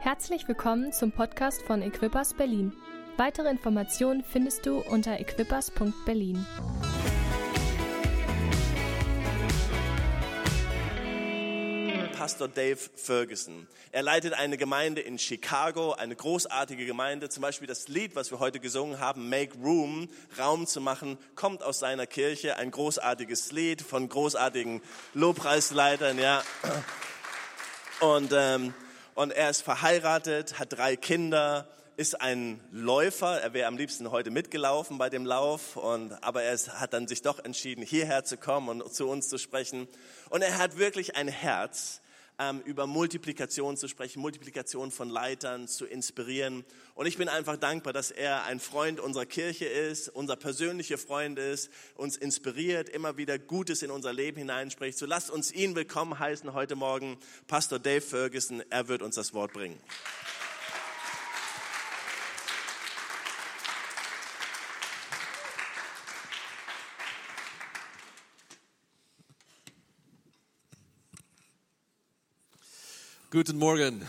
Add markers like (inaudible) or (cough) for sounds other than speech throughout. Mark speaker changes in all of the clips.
Speaker 1: Herzlich willkommen zum Podcast von Equippers Berlin. Weitere Informationen findest du unter equippers.berlin.
Speaker 2: Pastor Dave Ferguson. Er leitet eine Gemeinde in Chicago, eine großartige Gemeinde. Zum Beispiel das Lied, was wir heute gesungen haben, Make Room, Raum zu machen, kommt aus seiner Kirche. Ein großartiges Lied von großartigen Lobpreisleitern, ja. Und, ähm, und er ist verheiratet, hat drei Kinder, ist ein Läufer. Er wäre am liebsten heute mitgelaufen bei dem Lauf, und, aber er ist, hat dann sich doch entschieden, hierher zu kommen und zu uns zu sprechen. Und er hat wirklich ein Herz, ähm, über Multiplikation zu sprechen, Multiplikation von Leitern zu inspirieren. Und ich bin einfach dankbar, dass er ein Freund unserer Kirche ist, unser persönlicher Freund ist, uns inspiriert, immer wieder Gutes in unser Leben hineinspricht. So lasst uns ihn willkommen heißen heute Morgen, Pastor Dave Ferguson. Er wird uns das Wort bringen.
Speaker 3: Guten Morgen.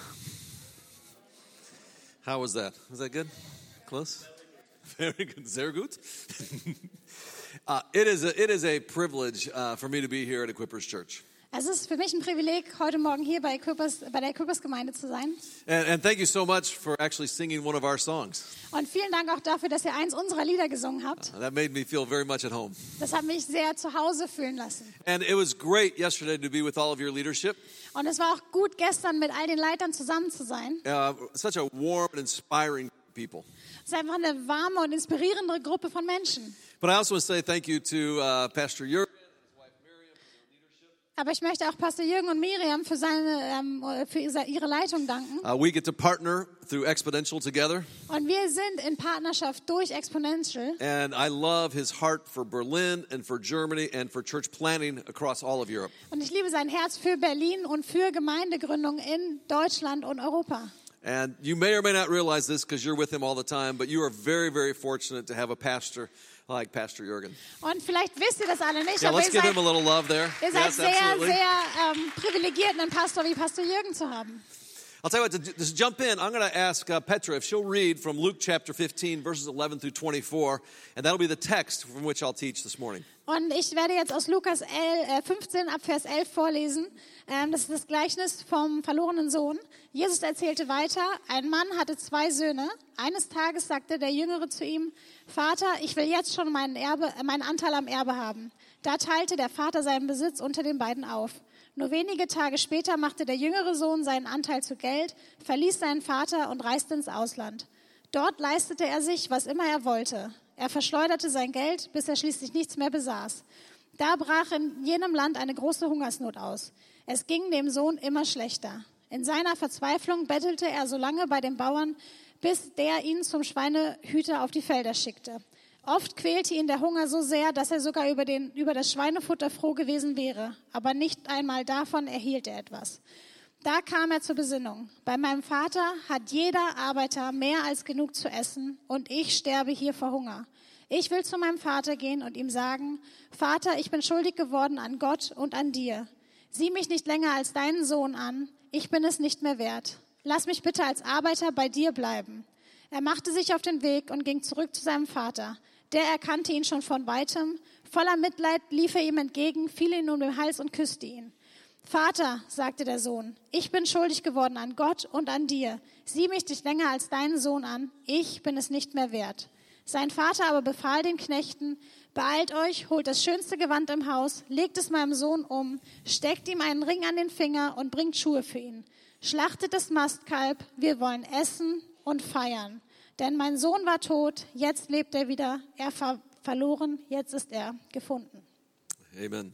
Speaker 3: How was that? Was that good? Close? (laughs) Very good. (laughs) Sehr gut. uh, it, is a, it is a privilege uh, for me to be here at Equippers Church.
Speaker 4: Es ist für mich ein Privileg, heute Morgen hier bei, Kürbis, bei der Kürbisgemeinde zu sein.
Speaker 3: And, and thank you so much for actually singing one of our songs.
Speaker 4: Und vielen Dank auch dafür, dass ihr eins unserer Lieder gesungen habt.
Speaker 3: That made me feel very much at home.
Speaker 4: Das hat mich sehr zu Hause fühlen lassen.
Speaker 3: And it was great yesterday to be with all of your leadership.
Speaker 4: Und es war auch gut, gestern mit all den Leitern zusammen zu sein.
Speaker 3: Uh, such a warm and inspiring people.
Speaker 4: Es ist einfach eine warme und inspirierende Gruppe von Menschen.
Speaker 3: But I also want to say thank you to uh, Pastor Yuri.
Speaker 4: Aber ich möchte auch Pastor Jürgen und Miriam für, seine, ähm, für ihre ihre Leitung danken.
Speaker 3: Uh, we get to partner through Exponential together.
Speaker 4: Und wir sind in Partnerschaft durch Exponential.
Speaker 3: And I love his heart for Berlin and for Germany and for church planning across all of Europe.
Speaker 4: Und ich liebe sein Herz für Berlin und für Gemeindegründung in Deutschland und Europa.
Speaker 3: And you may or may not realize this because you're with him all the time, but you are very, very fortunate to have a pastor like Pastor Jürgen.
Speaker 4: Und vielleicht wisst ihr das alle nicht,
Speaker 3: Yeah,
Speaker 4: aber
Speaker 3: let's
Speaker 4: ihr
Speaker 3: give
Speaker 4: seid
Speaker 3: him a little love there.
Speaker 4: Ihr seid
Speaker 3: Yes,
Speaker 4: sehr,
Speaker 3: absolutely.
Speaker 4: sehr ähm, privilegiert, einen Pastor wie Pastor Jürgen zu haben.
Speaker 3: I'll tell you what, to just jump in, I'm going to ask uh, Petra if she'll read from Luke chapter 15, verses 11 through 24, and that'll be the text from which I'll teach this morning.
Speaker 4: Und ich werde jetzt aus Lukas 11, äh, 15 ab Vers 11 vorlesen. Ähm, das ist das Gleichnis vom verlorenen Sohn. Jesus erzählte weiter, ein Mann hatte zwei Söhne. Eines Tages sagte der Jüngere zu ihm, Vater, ich will jetzt schon meinen, Erbe, äh, meinen Anteil am Erbe haben. Da teilte der Vater seinen Besitz unter den beiden auf. Nur wenige Tage später machte der jüngere Sohn seinen Anteil zu Geld, verließ seinen Vater und reiste ins Ausland. Dort leistete er sich, was immer er wollte. Er verschleuderte sein Geld, bis er schließlich nichts mehr besaß. Da brach in jenem Land eine große Hungersnot aus. Es ging dem Sohn immer schlechter. In seiner Verzweiflung bettelte er so lange bei den Bauern, bis der ihn zum Schweinehüter auf die Felder schickte. Oft quälte ihn der Hunger so sehr, dass er sogar über, den, über das Schweinefutter froh gewesen wäre, aber nicht einmal davon erhielt er etwas. Da kam er zur Besinnung. Bei meinem Vater hat jeder Arbeiter mehr als genug zu essen und ich sterbe hier vor Hunger. Ich will zu meinem Vater gehen und ihm sagen, Vater, ich bin schuldig geworden an Gott und an dir. Sieh mich nicht länger als deinen Sohn an, ich bin es nicht mehr wert. Lass mich bitte als Arbeiter bei dir bleiben. Er machte sich auf den Weg und ging zurück zu seinem Vater. Der erkannte ihn schon von weitem. Voller Mitleid lief er ihm entgegen, fiel ihn um den Hals und küsste ihn. Vater, sagte der Sohn, ich bin schuldig geworden an Gott und an dir. Sieh mich dich länger als deinen Sohn an. Ich bin es nicht mehr wert. Sein Vater aber befahl den Knechten, beeilt euch, holt das schönste Gewand im Haus, legt es meinem Sohn um, steckt ihm einen Ring an den Finger und bringt Schuhe für ihn. Schlachtet das Mastkalb, wir wollen essen und feiern. Denn mein Sohn war tot, jetzt lebt er wieder, er war verloren, jetzt ist er gefunden.
Speaker 3: Amen.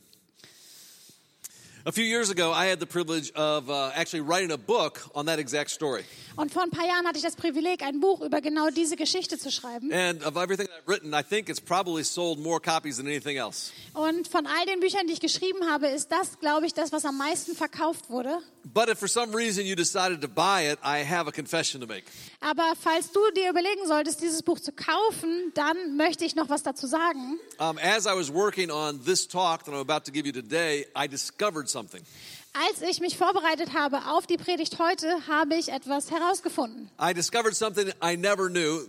Speaker 3: A few years ago, I had the privilege of uh, actually writing a book on that exact story.
Speaker 4: Und vor ein paar Jahren hatte ich das Privileg, ein Buch über genau diese Geschichte zu schreiben.
Speaker 3: And of everything I've written, I think it's probably sold more copies than anything else.
Speaker 4: Und von all den Büchern, die ich geschrieben habe, ist das, glaube ich, das, was am meisten verkauft wurde.
Speaker 3: But if for some reason you decided to buy it, I have a confession to make.
Speaker 4: Aber falls du dir überlegen solltest, dieses Buch zu kaufen, dann möchte ich noch was dazu sagen.
Speaker 3: Um, as I was working on this talk that I'm about to give you today, I discovered something.
Speaker 4: Als ich mich vorbereitet habe auf die Predigt heute, habe ich etwas herausgefunden.
Speaker 3: I discovered something I never knew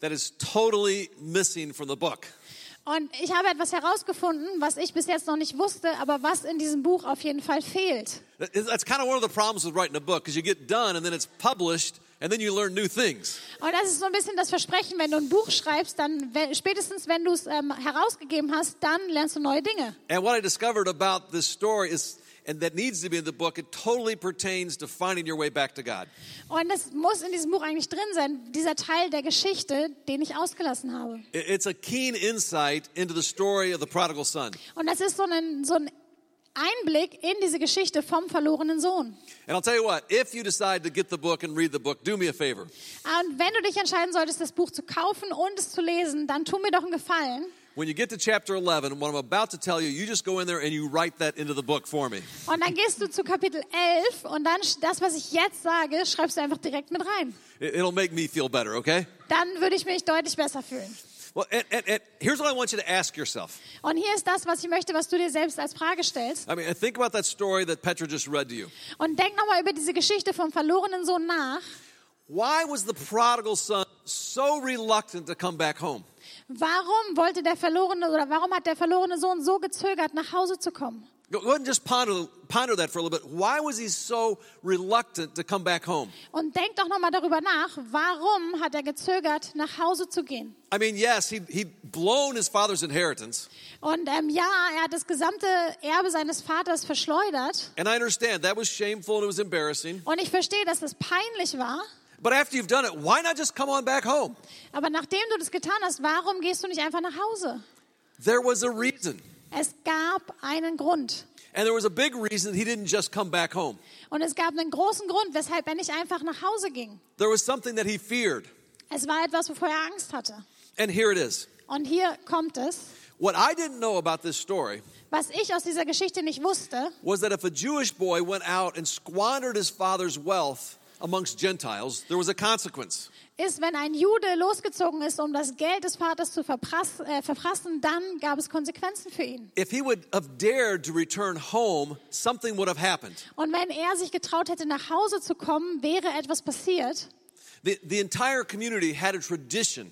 Speaker 3: that is totally missing from the book.
Speaker 4: Und ich habe etwas herausgefunden, was ich bis jetzt noch nicht wusste, aber was in diesem Buch auf jeden Fall fehlt.
Speaker 3: That- That's kind of one of the problems with writing a book, because you get done and then it's published and then you learn new things.
Speaker 4: Und das ist so ein bisschen das Versprechen, wenn du ein Buch schreibst, dann we- spätestens wenn du es ähm, herausgegeben hast, dann lernst du neue Dinge.
Speaker 3: And what I discovered about this story is, and that needs to be in the book, it totally pertains to finding your way back to God.
Speaker 4: Und das muss in diesem Buch eigentlich drin sein, dieser Teil der Geschichte, den ich ausgelassen habe.
Speaker 3: I- It's a keen insight into the story of the prodigal son.
Speaker 4: Und das ist so ein, so ein Einblick in diese Geschichte vom verlorenen Sohn.
Speaker 3: And I'll tell you what, if you decide to get the book and read the book, do me a favor.
Speaker 4: Ah, Und wenn du dich entscheiden solltest, das Buch zu kaufen und es zu lesen, dann tu mir doch einen Gefallen.
Speaker 3: When you get to chapter 11, what I'm about to tell you, you just go in there and you write that into the book for me.
Speaker 4: Und dann gehst du zu Kapitel 11 und dann sch- das, was ich jetzt sage, schreibst du einfach direkt mit rein.
Speaker 3: It- It'll make me feel better, okay?
Speaker 4: Dann würde ich mich deutlich besser fühlen.
Speaker 3: Well, and, and, and here's what I want you to ask yourself.
Speaker 4: Und hier ist das, was ich möchte, was du dir selbst als Frage stellst.
Speaker 3: I mean, think about that story that Petra just read to you.
Speaker 4: Und denk nochmal über diese Geschichte vom verlorenen Sohn nach.
Speaker 3: Why was the prodigal son so reluctant to come back home?
Speaker 4: Warum wollte der verlorene oder warum hat der verlorene Sohn so gezögert, nach Hause zu kommen?
Speaker 3: Go, go ahead and just ponder, ponder that for a little bit. Why was he so reluctant to come back home?
Speaker 4: Und denk doch nochmal darüber nach, warum hat er gezögert, nach Hause zu gehen?
Speaker 3: I mean, yes, he, he'd blown his father's inheritance.
Speaker 4: Und ähm, ja, er hat das gesamte Erbe seines Vaters verschleudert.
Speaker 3: And I understand that was shameful and it was embarrassing.
Speaker 4: Und ich verstehe, dass das peinlich war.
Speaker 3: But after you've done it, why not just come on back home?
Speaker 4: Aber nachdem du das getan hast, warum gehst du nicht einfach nach Hause?
Speaker 3: There was a reason.
Speaker 4: Es gab einen Grund.
Speaker 3: And there was a big reason he didn't just come back home.
Speaker 4: Und es gab einen großen Grund, weshalb er nicht einfach nach Hause ging.
Speaker 3: There was something that he feared.
Speaker 4: Es war etwas, wovor er Angst hatte.
Speaker 3: And here it is.
Speaker 4: Und hier kommt es.
Speaker 3: What I didn't know about this story
Speaker 4: Was ich aus dieser Geschichte nicht wusste,
Speaker 3: was that if a Jewish boy went out and squandered his father's wealth amongst Gentiles, there was a consequence.
Speaker 4: ist, wenn ein Jude losgezogen ist, um das Geld des Vaters zu verprass, äh, verprassen, dann gab es Konsequenzen für ihn.
Speaker 3: If he would have dared to return home, something would have happened.
Speaker 4: Und wenn er sich getraut hätte, nach Hause zu kommen, wäre etwas passiert.
Speaker 3: The, the entire community had a tradition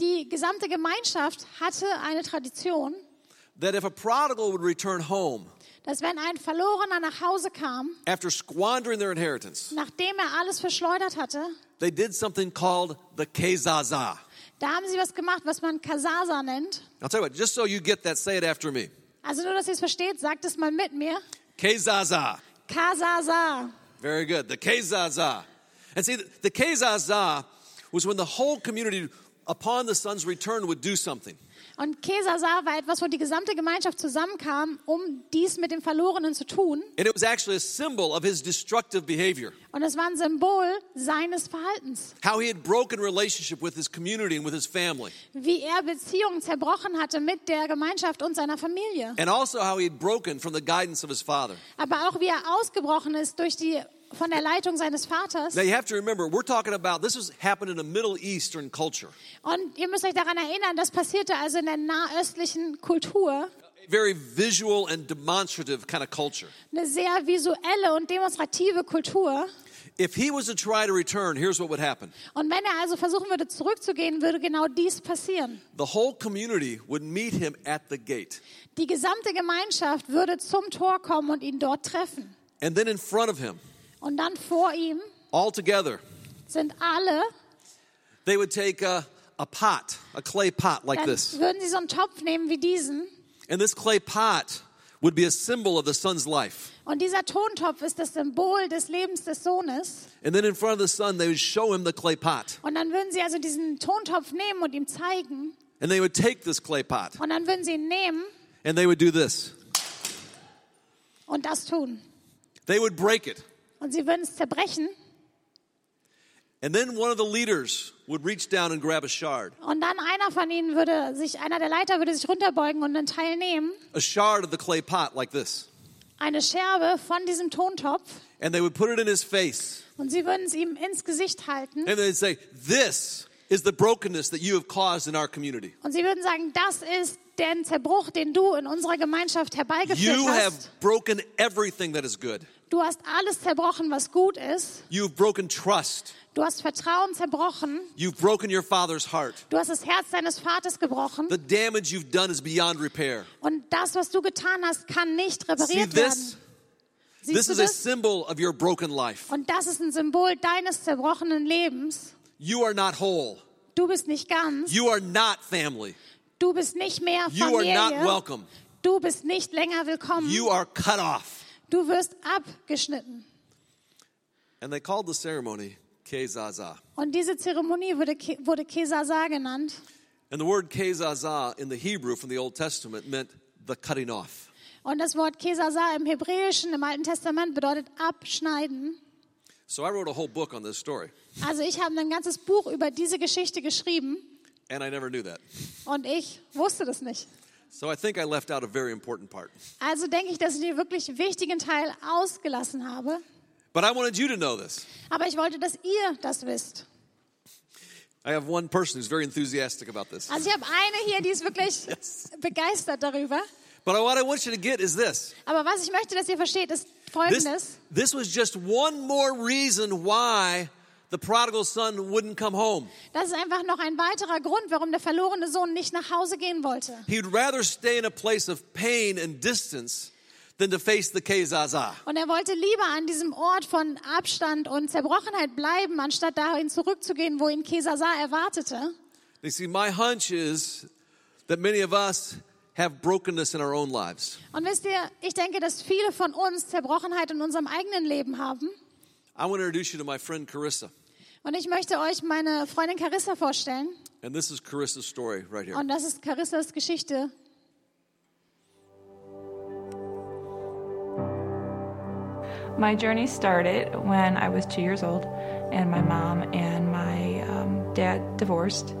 Speaker 4: Die gesamte Gemeinschaft hatte eine Tradition,
Speaker 3: that if a prodigal would return home
Speaker 4: dass wenn ein Verlorener nach Hause kam,
Speaker 3: after squandering their inheritance,
Speaker 4: nachdem er alles verschleudert hatte,
Speaker 3: they did something called the kezaza.
Speaker 4: da haben sie was gemacht, was man Kasasa nennt.
Speaker 3: I'll tell you what, just so you get that, say it after me.
Speaker 4: Also nur, dass ihr es versteht, sagt es mal mit mir.
Speaker 3: Kezaza.
Speaker 4: Kasasa.
Speaker 3: Very good. The Kezaza. And see, the, the Kezaza was when the whole community, upon the son's return, would do something.
Speaker 4: Und Kesasa war etwas, wo die gesamte Gemeinschaft zusammenkam, um dies mit dem Verlorenen zu tun.
Speaker 3: And it was actually a symbol of his destructive behavior,
Speaker 4: Und es war ein Symbol seines Verhaltens,
Speaker 3: how he had broken relationship with his community and with his family,
Speaker 4: wie er Beziehungen zerbrochen hatte mit der Gemeinschaft und seiner Familie.
Speaker 3: and also how he had broken from the guidance of his father.
Speaker 4: Aber auch wie er ausgebrochen ist durch die, von der Leitung seines Vaters.
Speaker 3: Now you have to remember, we're talking about this was happened in a Middle Eastern culture,
Speaker 4: Und ihr müsst euch daran erinnern, das passierte also in der nahöstlichen Kultur.
Speaker 3: a very visual and demonstrative kind of culture.
Speaker 4: Eine sehr visuelle und demonstrative Kultur.
Speaker 3: If he was to try to return, here's what would happen:
Speaker 4: Und wenn er also versuchen würde, zurückzugehen, würde genau dies passieren.
Speaker 3: the whole community would meet him at the gate.
Speaker 4: Die gesamte Gemeinschaft würde zum Tor kommen und ihn dort treffen.
Speaker 3: And then in front of him,
Speaker 4: Und dann vor ihm
Speaker 3: all together,
Speaker 4: sind alle,
Speaker 3: they would take a, a pot, a clay pot like
Speaker 4: dann
Speaker 3: this.
Speaker 4: würden sie so einen Topf nehmen wie diesen.
Speaker 3: And this clay pot would be a symbol of the son's life.
Speaker 4: Und dieser Tontopf ist das Symbol des Lebens des Sohnes.
Speaker 3: And then in front of the son, they would show him the clay pot.
Speaker 4: Und dann würden sie also diesen Tontopf nehmen und ihm zeigen.
Speaker 3: And they would take this clay pot
Speaker 4: Und dann würden sie ihn nehmen
Speaker 3: and they would do this.
Speaker 4: und das tun.
Speaker 3: They would break it.
Speaker 4: Und sie würden es zerbrechen.
Speaker 3: And then one of the leaders would reach down and grab a shard,
Speaker 4: Und dann einer von ihnen würde sich, einer der Leiter würde sich runterbeugen und einen Teil nehmen.
Speaker 3: a shard of the clay pot like this.
Speaker 4: Eine Scherbe von diesem Tontopf.
Speaker 3: And they would put it in his face.
Speaker 4: Und sie würden es ihm ins Gesicht halten.
Speaker 3: And they'd say, This is the brokenness that you have caused in our community.
Speaker 4: Und sie würden sagen, das ist der Zerbruch, den du in unserer Gemeinschaft herbeigeführt
Speaker 3: You have
Speaker 4: hast.
Speaker 3: broken everything that is good.
Speaker 4: Du hast alles zerbrochen, was gut ist.
Speaker 3: You've broken trust.
Speaker 4: Du hast Vertrauen zerbrochen.
Speaker 3: You've broken your father's heart.
Speaker 4: Du hast das Herz deines Vaters gebrochen.
Speaker 3: The damage you've done is beyond repair.
Speaker 4: Und das, was du getan hast, kann nicht
Speaker 3: See
Speaker 4: repariert
Speaker 3: this?
Speaker 4: werden.
Speaker 3: This
Speaker 4: Siehst du
Speaker 3: is a
Speaker 4: das?
Speaker 3: symbol of your broken life.
Speaker 4: Und das ist ein Symbol deines zerbrochenen Lebens.
Speaker 3: You are not whole.
Speaker 4: Du bist nicht ganz.
Speaker 3: You are not family.
Speaker 4: Du bist nicht mehr
Speaker 3: You are not
Speaker 4: Familie.
Speaker 3: welcome.
Speaker 4: Du bist nicht länger willkommen.
Speaker 3: You are cut off.
Speaker 4: Du wirst abgeschnitten.
Speaker 3: And they called the ceremony Kezaza.
Speaker 4: Und diese Zeremonie wurde, Ke- wurde Kesasa genannt.
Speaker 3: And the word Kezaza in the Hebrew from the Old Testament meant the cutting off.
Speaker 4: Und das Wort Kesasa im Hebräischen, im Alten Testament, bedeutet abschneiden.
Speaker 3: So I wrote a whole book on this story,
Speaker 4: Also ich habe ein ganzes Buch über diese Geschichte geschrieben
Speaker 3: and I never knew that.
Speaker 4: und ich wusste das nicht.
Speaker 3: So I think I left out a very important part.
Speaker 4: Also denke ich, dass ich den wirklich wichtigen Teil ausgelassen habe.
Speaker 3: But I wanted you to know this.
Speaker 4: Aber ich wollte, dass ihr das wisst.
Speaker 3: I have one person who's very enthusiastic about this.
Speaker 4: Also ich habe eine hier, die ist wirklich
Speaker 3: Yes.
Speaker 4: begeistert darüber.
Speaker 3: But what I want you to get is this.
Speaker 4: Aber was ich möchte, dass ihr versteht, ist
Speaker 3: This,
Speaker 4: Folgendes.
Speaker 3: this was just one more reason why the prodigal son wouldn't come home.
Speaker 4: Das ist einfach noch ein weiterer Grund, warum der verlorene Sohn nicht nach Hause gehen wollte.
Speaker 3: He'd rather stay in a place of pain and distance than to face the Kezaza.
Speaker 4: Und er wollte lieber an diesem Ort von Abstand und Zerbrochenheit bleiben, anstatt dahin zurückzugehen, wo ihn Kesasa erwartete.
Speaker 3: You see, my hunch is that many of us have brokenness in our own lives.
Speaker 4: Und wisst ihr, ich denke, dass viele von uns Zerbrochenheit in unserem eigenen Leben haben.
Speaker 3: I want to introduce you to my friend Carissa.
Speaker 4: Und ich möchte euch meine Freundin Carissa vorstellen.
Speaker 3: And this is Carissa's story right here.
Speaker 4: Und das ist Carissas Geschichte.
Speaker 5: My journey started when I was two years old, and my mom and my um, dad divorced,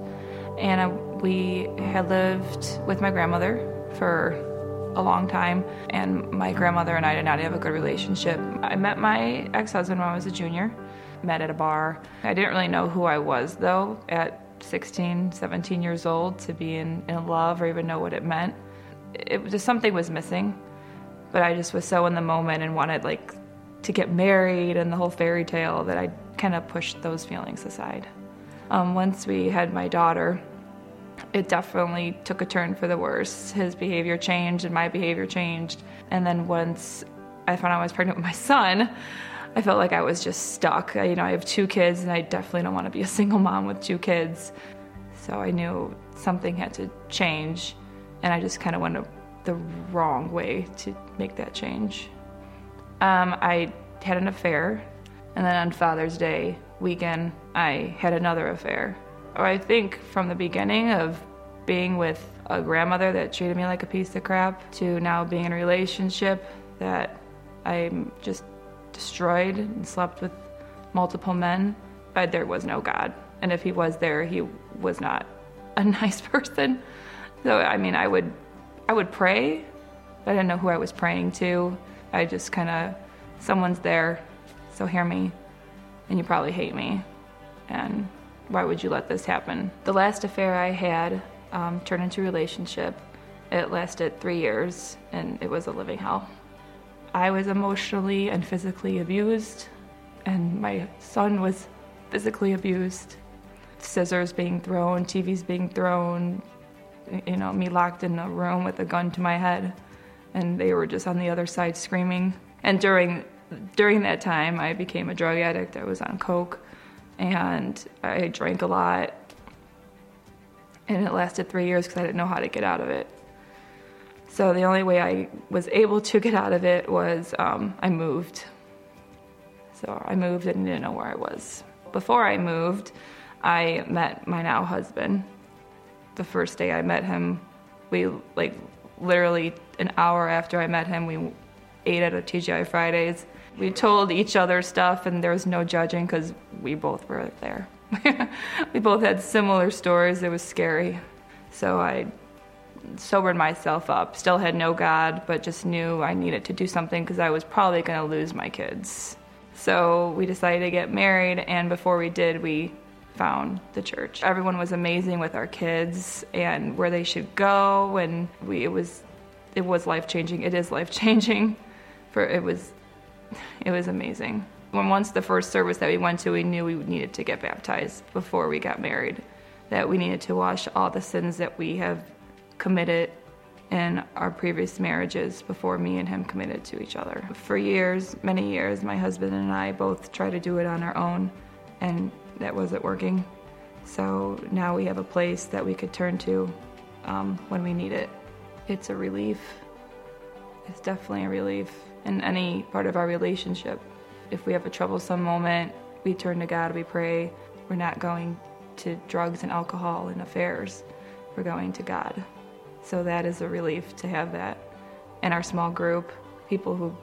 Speaker 5: and I, we had lived with my grandmother for a long time. And my grandmother and I did not have a good relationship. I met my ex-husband when I was a junior, met at a bar. I didn't really know who I was though at 16, 17 years old to be in, in love or even know what it meant. It was just something was missing but I just was so in the moment and wanted like to get married and the whole fairy tale that I kind of pushed those feelings aside. Um, once we had my daughter, it definitely took a turn for the worse. His behavior changed and my behavior changed. And then once I found out I was pregnant with my son, I felt like I was just stuck. I, you know, I have two kids and I definitely don't want to be a single mom with two kids. So I knew something had to change, and I just kind of went a, the wrong way to make that change. Um, I had an affair, and then on Father's Day weekend, I had another affair. Or I think from the beginning of being with a grandmother that treated me like a piece of crap to now being in a relationship that I'm just destroyed and slept with multiple men, but there was no God. And if he was there, he was not a (laughs) nice person. So I mean, I would I would pray, but I didn't know who I was praying to. I just kind of someone's there, so hear me, and you probably hate me. And why would you let this happen? The last affair I had um, turned into a relationship. It lasted three years, and it was a living hell. I was emotionally and physically abused, and my son was physically abused. Scissors being thrown, TVs being thrown, you know, me locked in a room with a gun to my head, and they were just on the other side screaming. And during during that time, I became a drug addict. I was on coke, and I drank a lot, and it lasted three years because I didn't know how to get out of it. So the only way I was able to get out of it was um, I moved. So I moved and didn't know where I was. Before I moved, I met my now husband. The first day I met him, we like literally an hour after I met him, we ate at a TGI Fridays. We told each other stuff, and there was no judging because we both were there. (laughs) we both had similar stories. It was scary. So I sobered myself up. Still had no God, but just knew I needed to do something because I was probably going to lose my kids. So we decided to get married, and before we did, we found the church. Everyone was amazing with our kids and where they should go, (laughs) and we it was it was life changing. It is life changing. For it was It was amazing. When once the first service that we went to, we knew we needed to get baptized before we got married, that we needed to wash all the sins that we have committed in our previous marriages before me and him committed to each other. For years, many years, my husband and I both tried to do it on our own, and that wasn't working. So now we have a place that we could turn to um, when we need it. It's a relief. It's definitely a relief in any part of our relationship. If we have a troublesome moment, we turn to God, we pray. We're not going to drugs and alcohol and affairs, we're going to God. So that is a relief to have that. In our small group, people who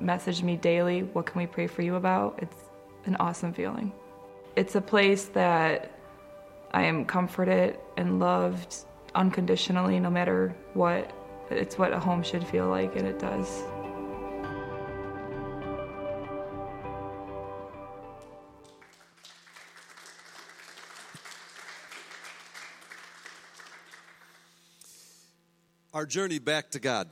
Speaker 5: message me daily, what can we pray for you about? It's an awesome feeling. It's a place that I am comforted and loved unconditionally, no matter what. It's what a home should feel like, and it does.
Speaker 3: Our journey back to God,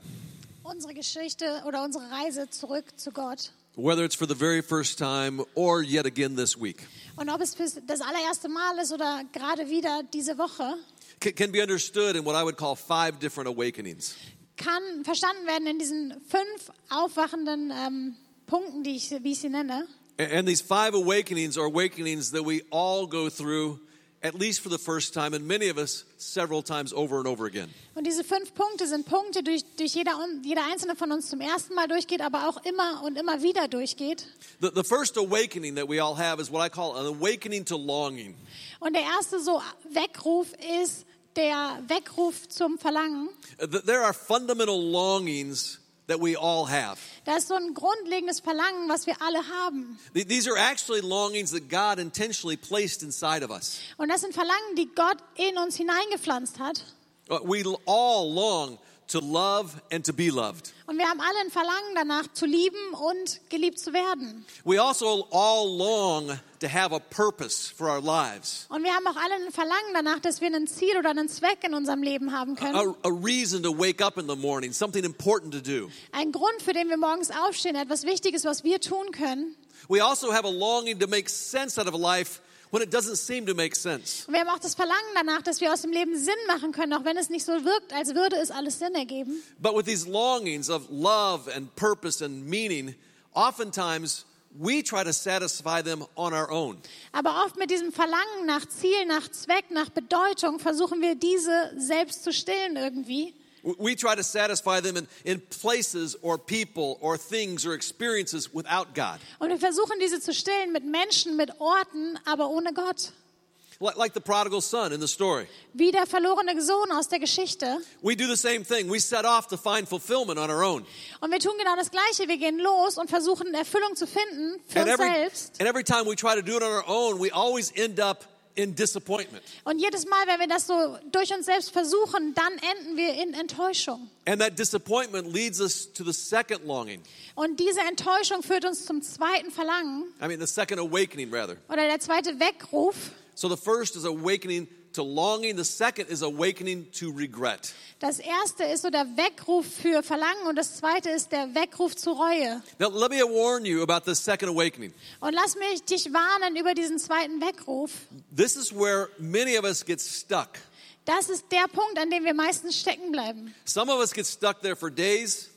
Speaker 4: Unsere Geschichte oder unsere Reise zurück zu Gott.
Speaker 3: whether it's for the very first time or yet again this week,
Speaker 4: Und ob es fürs- das allererste Mal ist oder gerade wieder diese Woche,
Speaker 3: ca- can be understood in what I would call five different awakenings.
Speaker 4: kann verstanden werden in diesen fünf aufwachenden ähm, Punkten, die ich, wie ich sie nenne.
Speaker 3: A- And these five awakenings are awakenings that we all go through, at least for the first time, and many of us several times over and over again.
Speaker 4: Und diese fünf Punkte sind Punkte, durch, durch jeder, un- jeder einzelne von uns zum ersten Mal durchgeht, aber auch immer und immer wieder durchgeht.
Speaker 3: The, the first awakening that we all have is what I call an awakening to longing.
Speaker 4: Und der erste so Weckruf ist der Weckruf zum Verlangen.
Speaker 3: Uh, th- There are fundamental longings that we all have.
Speaker 4: Da ist so ein grundlegendes Verlangen, was wir alle haben.
Speaker 3: Th- These are actually longings that God intentionally placed inside of us.
Speaker 4: Und das sind Verlangen, die Gott in uns hineingepflanzt hat.
Speaker 3: Uh, We l- all long to love and to be loved.
Speaker 4: Und wir haben alle ein Verlangen danach, zu lieben und geliebt zu werden.
Speaker 3: We also all long to have a purpose for our lives,
Speaker 4: Und wir haben auch alle ein Verlangen danach, dass wir ein Ziel oder einen Zweck in unserem Leben haben können.
Speaker 3: a, a reason to wake up in the morning, something important to do.
Speaker 4: Ein Grund, für den wir morgens aufstehen, etwas Wichtiges, was wir tun können.
Speaker 3: We also have a longing to make sense out of life when it doesn't seem to make sense.
Speaker 4: Und wir haben auch das Verlangen danach, dass wir aus dem Leben Sinn machen können, auch wenn es nicht so wirkt, als würde es alles Sinn ergeben.
Speaker 3: But with these longings of love and purpose and meaning, oftentimes we try to satisfy them on our own.
Speaker 4: Aber oft mit diesem Verlangen nach Ziel, nach Zweck, nach Bedeutung versuchen wir diese selbst zu stillen irgendwie.
Speaker 3: We- We try to satisfy them in, in places or people or things or experiences without God.
Speaker 4: Und wir versuchen diese zu stillen mit Menschen, mit Orten, aber ohne Gott.
Speaker 3: Like, like the prodigal son in the story.
Speaker 4: Wie der verlorene Sohn aus der Geschichte.
Speaker 3: We do the same thing. We set off to find fulfillment on our own.
Speaker 4: Und wir tun genau das Gleiche. Wir gehen los und versuchen Erfüllung zu finden für
Speaker 3: And
Speaker 4: uns
Speaker 3: every,
Speaker 4: selbst.
Speaker 3: and every time we try to do it on our own, we always end up in disappointment.
Speaker 4: Und jedes Mal, wenn wir das so durch uns selbst versuchen, dann enden wir in Enttäuschung.
Speaker 3: And that disappointment leads us to the second longing.
Speaker 4: Und diese Enttäuschung führt uns zum zweiten Verlangen
Speaker 3: I mean, the second awakening, rather.
Speaker 4: oder der zweite Weckruf.
Speaker 3: So the first is awakening to longing, the second is awakening to regret.
Speaker 4: Das erste ist so der Weckruf für Verlangen und das zweite ist der Weckruf zu Reue.
Speaker 3: Now, let me warn you about the second awakening.
Speaker 4: Und lass mich dich warnen über diesen zweiten Weckruf.
Speaker 3: This is where many of us get stuck.
Speaker 4: Das ist der Punkt, an dem wir meistens stecken bleiben.
Speaker 3: Some of us get stuck there for days,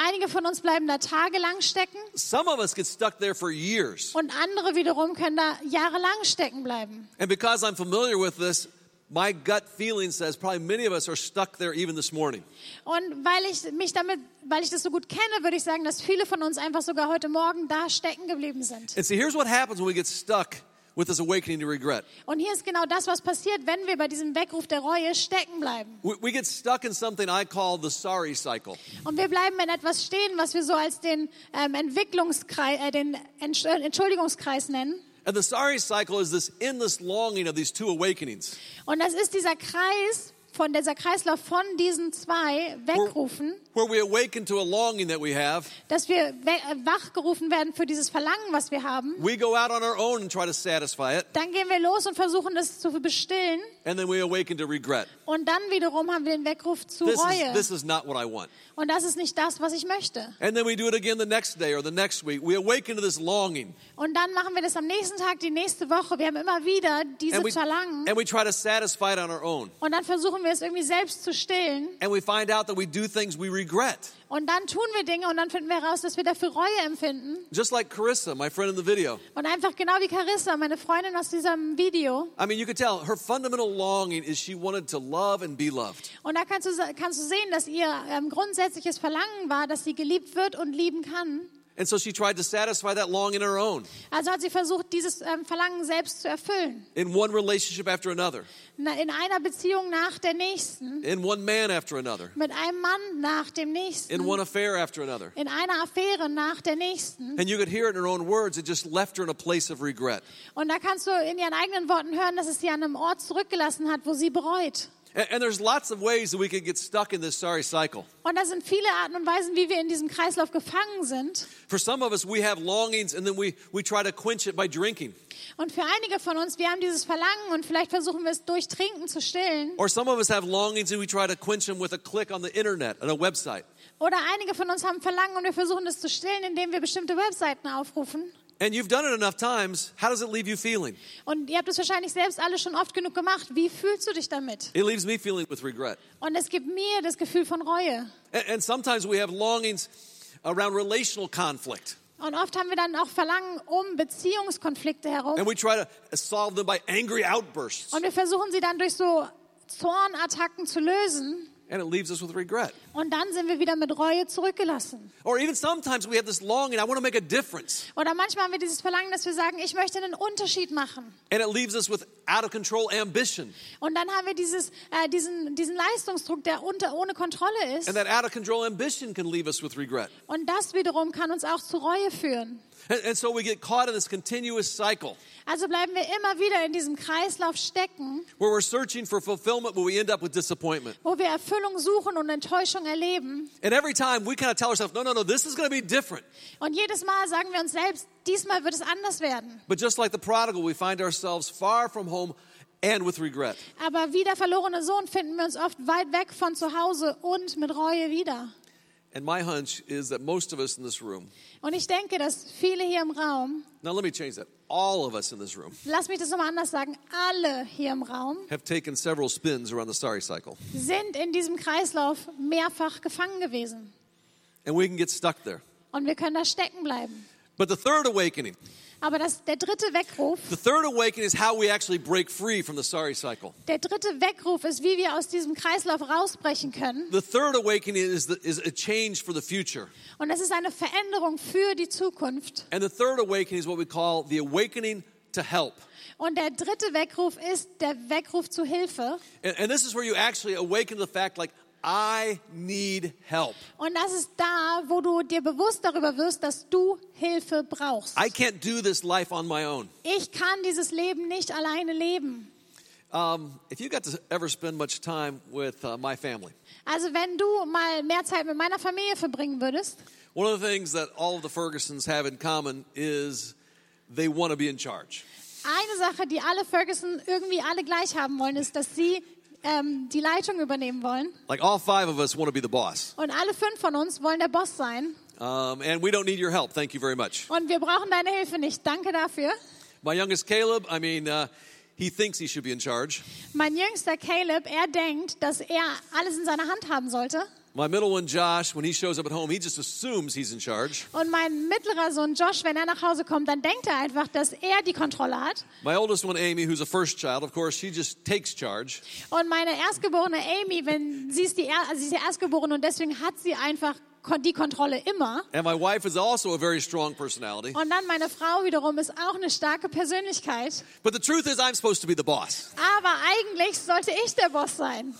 Speaker 4: Einige von uns bleiben da tagelang stecken
Speaker 3: some of us get stuck there for years.
Speaker 4: und andere wiederum können da jahrelang stecken bleiben.
Speaker 3: And because I'm familiar with this, my gut feeling says probably many of us are stuck there even this morning.
Speaker 4: Und weil ich mich damit, weil ich das so gut kenne, würde ich sagen, dass viele von uns einfach sogar heute Morgen da stecken geblieben sind.
Speaker 3: And see, here's what happens when we get stuck with this awakening to regret
Speaker 4: Und hier ist genau das, was passiert, wenn wir bei diesem Weckruf der Reue stecken bleiben.
Speaker 3: we, we get stuck in something I call the sorry cycle.
Speaker 4: Und wir bleiben in etwas stehen, was wir so als den ähm, Entwicklungskreis, äh, den Entsch äh, Entschuldigungskreis nennen.
Speaker 3: And the sorry cycle is this endless longing of these two awakenings.
Speaker 4: Und das ist dieser Kreis von dieser Kreislauf von diesen zwei wegrufen,
Speaker 3: where we awaken to a longing that we have,
Speaker 4: dass wir we- äh, wachgerufen werden für dieses Verlangen, was wir haben.
Speaker 3: we go out on our own and try to satisfy it,
Speaker 4: Dann gehen wir los und versuchen, das zu bestillen.
Speaker 3: and then we awaken to regret.
Speaker 4: Und dann wiederum haben wir den Weckruf zu
Speaker 3: This
Speaker 4: Reue.
Speaker 3: is, this is not what I want.
Speaker 4: und das ist nicht das, was ich möchte.
Speaker 3: And then we do it again the next day or the next week. We awaken to this longing,
Speaker 4: Und dann machen wir das am nächsten Tag, die nächste Woche. Wir haben immer wieder diese
Speaker 3: and we,
Speaker 4: Verlangen.
Speaker 3: and we try to satisfy it on our own.
Speaker 4: Und dann versuchen wir es irgendwie selbst zu stillen.
Speaker 3: And we find out that we do things we regret.
Speaker 4: Und dann tun wir Dinge und dann finden wir heraus, dass wir dafür Reue empfinden.
Speaker 3: Just like Carissa, my friend in the video.
Speaker 4: Und einfach genau wie Carissa, meine Freundin aus diesem Video.
Speaker 3: I mean, you could tell her fundamental longing is she wanted to love and be loved.
Speaker 4: Und da kannst du, kannst du sehen, dass ihr ähm, grundsätzliches Verlangen war, dass sie geliebt wird und lieben kann.
Speaker 3: And so she tried to satisfy that longing on her own
Speaker 4: Also hat sie versucht, dieses ähm, Verlangen selbst zu erfüllen.
Speaker 3: in one relationship after another,
Speaker 4: Na, in einer Beziehung nach der nächsten,
Speaker 3: in one man after another,
Speaker 4: mit einem Mann nach dem nächsten,
Speaker 3: in one affair after another.
Speaker 4: in einer Affäre nach der nächsten.
Speaker 3: And you could hear it in her own words. It just left her in a place of regret.
Speaker 4: Und da kannst du in ihren eigenen Worten hören, dass es sie an einem Ort zurückgelassen hat, wo sie bereut.
Speaker 3: And, and there's lots of ways that we can get stuck in this sorry cycle.
Speaker 4: Und da sind viele Arten und Weisen, wie wir in diesem Kreislauf gefangen sind.
Speaker 3: For some of us, we have longings and then we, we try to quench it by drinking.
Speaker 4: Und für einige von uns, wir haben dieses Verlangen und vielleicht versuchen wir es durch Trinken zu stillen.
Speaker 3: Or some of us have longings and we try to quench them with a click on the internet and a website.
Speaker 4: Oder einige von uns haben Verlangen und wir versuchen es zu stillen, indem wir bestimmte Webseiten aufrufen.
Speaker 3: And you've done it enough times. How does it leave you feeling?
Speaker 4: Und ihr habt es wahrscheinlich selbst alle schon oft genug gemacht. Wie fühlst du dich damit?
Speaker 3: It leaves me feeling with regret.
Speaker 4: Und es gibt mir das Gefühl von Reue.
Speaker 3: And, and sometimes we have longings around relational conflict.
Speaker 4: Und oft haben wir dann auch Verlangen um Beziehungskonflikte herum.
Speaker 3: And we try to solve them by angry outbursts.
Speaker 4: Und wir versuchen sie dann durch so Zornattacken zu lösen.
Speaker 3: And it leaves us with regret.
Speaker 4: Und dann sind wir wieder mit Reue zurückgelassen.
Speaker 3: Or even sometimes we have this longing, I want to make a difference.
Speaker 4: Oder manchmal haben wir dieses Verlangen, dass wir sagen, ich möchte einen Unterschied machen.
Speaker 3: And it leaves us with out of control ambition.
Speaker 4: Und dann haben wir dieses, äh, diesen, diesen Leistungsdruck, der unter, ohne Kontrolle ist.
Speaker 3: And that out of control ambition can leave us with regret.
Speaker 4: Und das wiederum kann uns auch zu Reue führen.
Speaker 3: And, and so we get caught in this continuous cycle
Speaker 4: Also bleiben wir immer wieder in diesem Kreislauf stecken,
Speaker 3: where we're searching for fulfillment, but we end up with disappointment.
Speaker 4: wo wir Erfüllung suchen und Enttäuschung erleben.
Speaker 3: And every time we kind of tell ourselves, no, no, no, this is going to be different.
Speaker 4: Und jedes Mal sagen wir uns selbst, diesmal wird es anders werden.
Speaker 3: But just like the prodigal, we find ourselves far from home and with regret.
Speaker 4: Aber wie der verlorene Sohn finden wir uns oft weit weg von zu Hause und mit Reue wieder.
Speaker 3: And my hunch is that most of us in this room,
Speaker 4: Und ich denke, dass viele hier im Raum,
Speaker 3: now let me change that, all of us in this room
Speaker 4: lass mich das nochmal anders sagen, alle hier im Raum
Speaker 3: have taken several spins around the sorry cycle.
Speaker 4: sind in diesem Kreislauf mehrfach gefangen gewesen.
Speaker 3: And we can get stuck there.
Speaker 4: Und wir können da stecken bleiben.
Speaker 3: But the third awakening,
Speaker 4: Aber das, der dritte Weckruf,
Speaker 3: the third awakening is how we actually break free from the sorry cycle.
Speaker 4: der dritte Weckruf ist, wie wir aus diesem Kreislauf rausbrechen können.
Speaker 3: The third awakening is, the, is a change for the future.
Speaker 4: Und das ist eine Veränderung für die Zukunft.
Speaker 3: And the third awakening is what we call the awakening to help.
Speaker 4: Und der dritte Weckruf ist der Weckruf zu Hilfe.
Speaker 3: And, and this is where you actually awaken to the fact, like, I need help.
Speaker 4: Und das ist da, wo du dir bewusst darüber wirst, dass du Hilfe brauchst.
Speaker 3: I can't do this life on my own.
Speaker 4: Ich kann dieses Leben nicht alleine leben.
Speaker 3: Um, if you got to ever spend much time with uh, my family,
Speaker 4: Also wenn du mal mehr Zeit mit meiner Familie verbringen würdest,
Speaker 3: one of the things that all of the Fergusons have in common is they want to be in charge.
Speaker 4: eine Sache, die alle Ferguson irgendwie alle gleich haben wollen, ist, dass sie ähm, die Leitung übernehmen wollen.
Speaker 3: Like all five of us want to be the boss,
Speaker 4: Und alle fünf von uns wollen der Boss sein.
Speaker 3: um, and we don't need your help. Thank you very much.
Speaker 4: Und wir brauchen deine Hilfe nicht. Danke dafür.
Speaker 3: My youngest Caleb, I mean, uh, he thinks he should be in charge.
Speaker 4: Mein jüngster Caleb, er denkt, dass er alles in seiner Hand haben sollte.
Speaker 3: My middle one, Josh, when he shows up at home, he just assumes he's in charge.
Speaker 4: Und mein mittlerer Sohn Josh, wenn er nach Hause kommt, dann denkt er einfach, dass er die Kontrolle hat.
Speaker 3: My oldest one, Amy, who's a first child, of course, she just takes charge.
Speaker 4: Und meine erstgeborene Amy, wenn sie ist die, er also sie ist die erstgeborene und deswegen hat sie einfach kon- die Kontrolle immer.
Speaker 3: And my wife is also a very strong personality.
Speaker 4: Und dann meine Frau wiederum ist auch eine starke Persönlichkeit.
Speaker 3: But the truth is, I'm supposed to be the boss.
Speaker 4: Aber eigentlich sollte ich der Boss sein.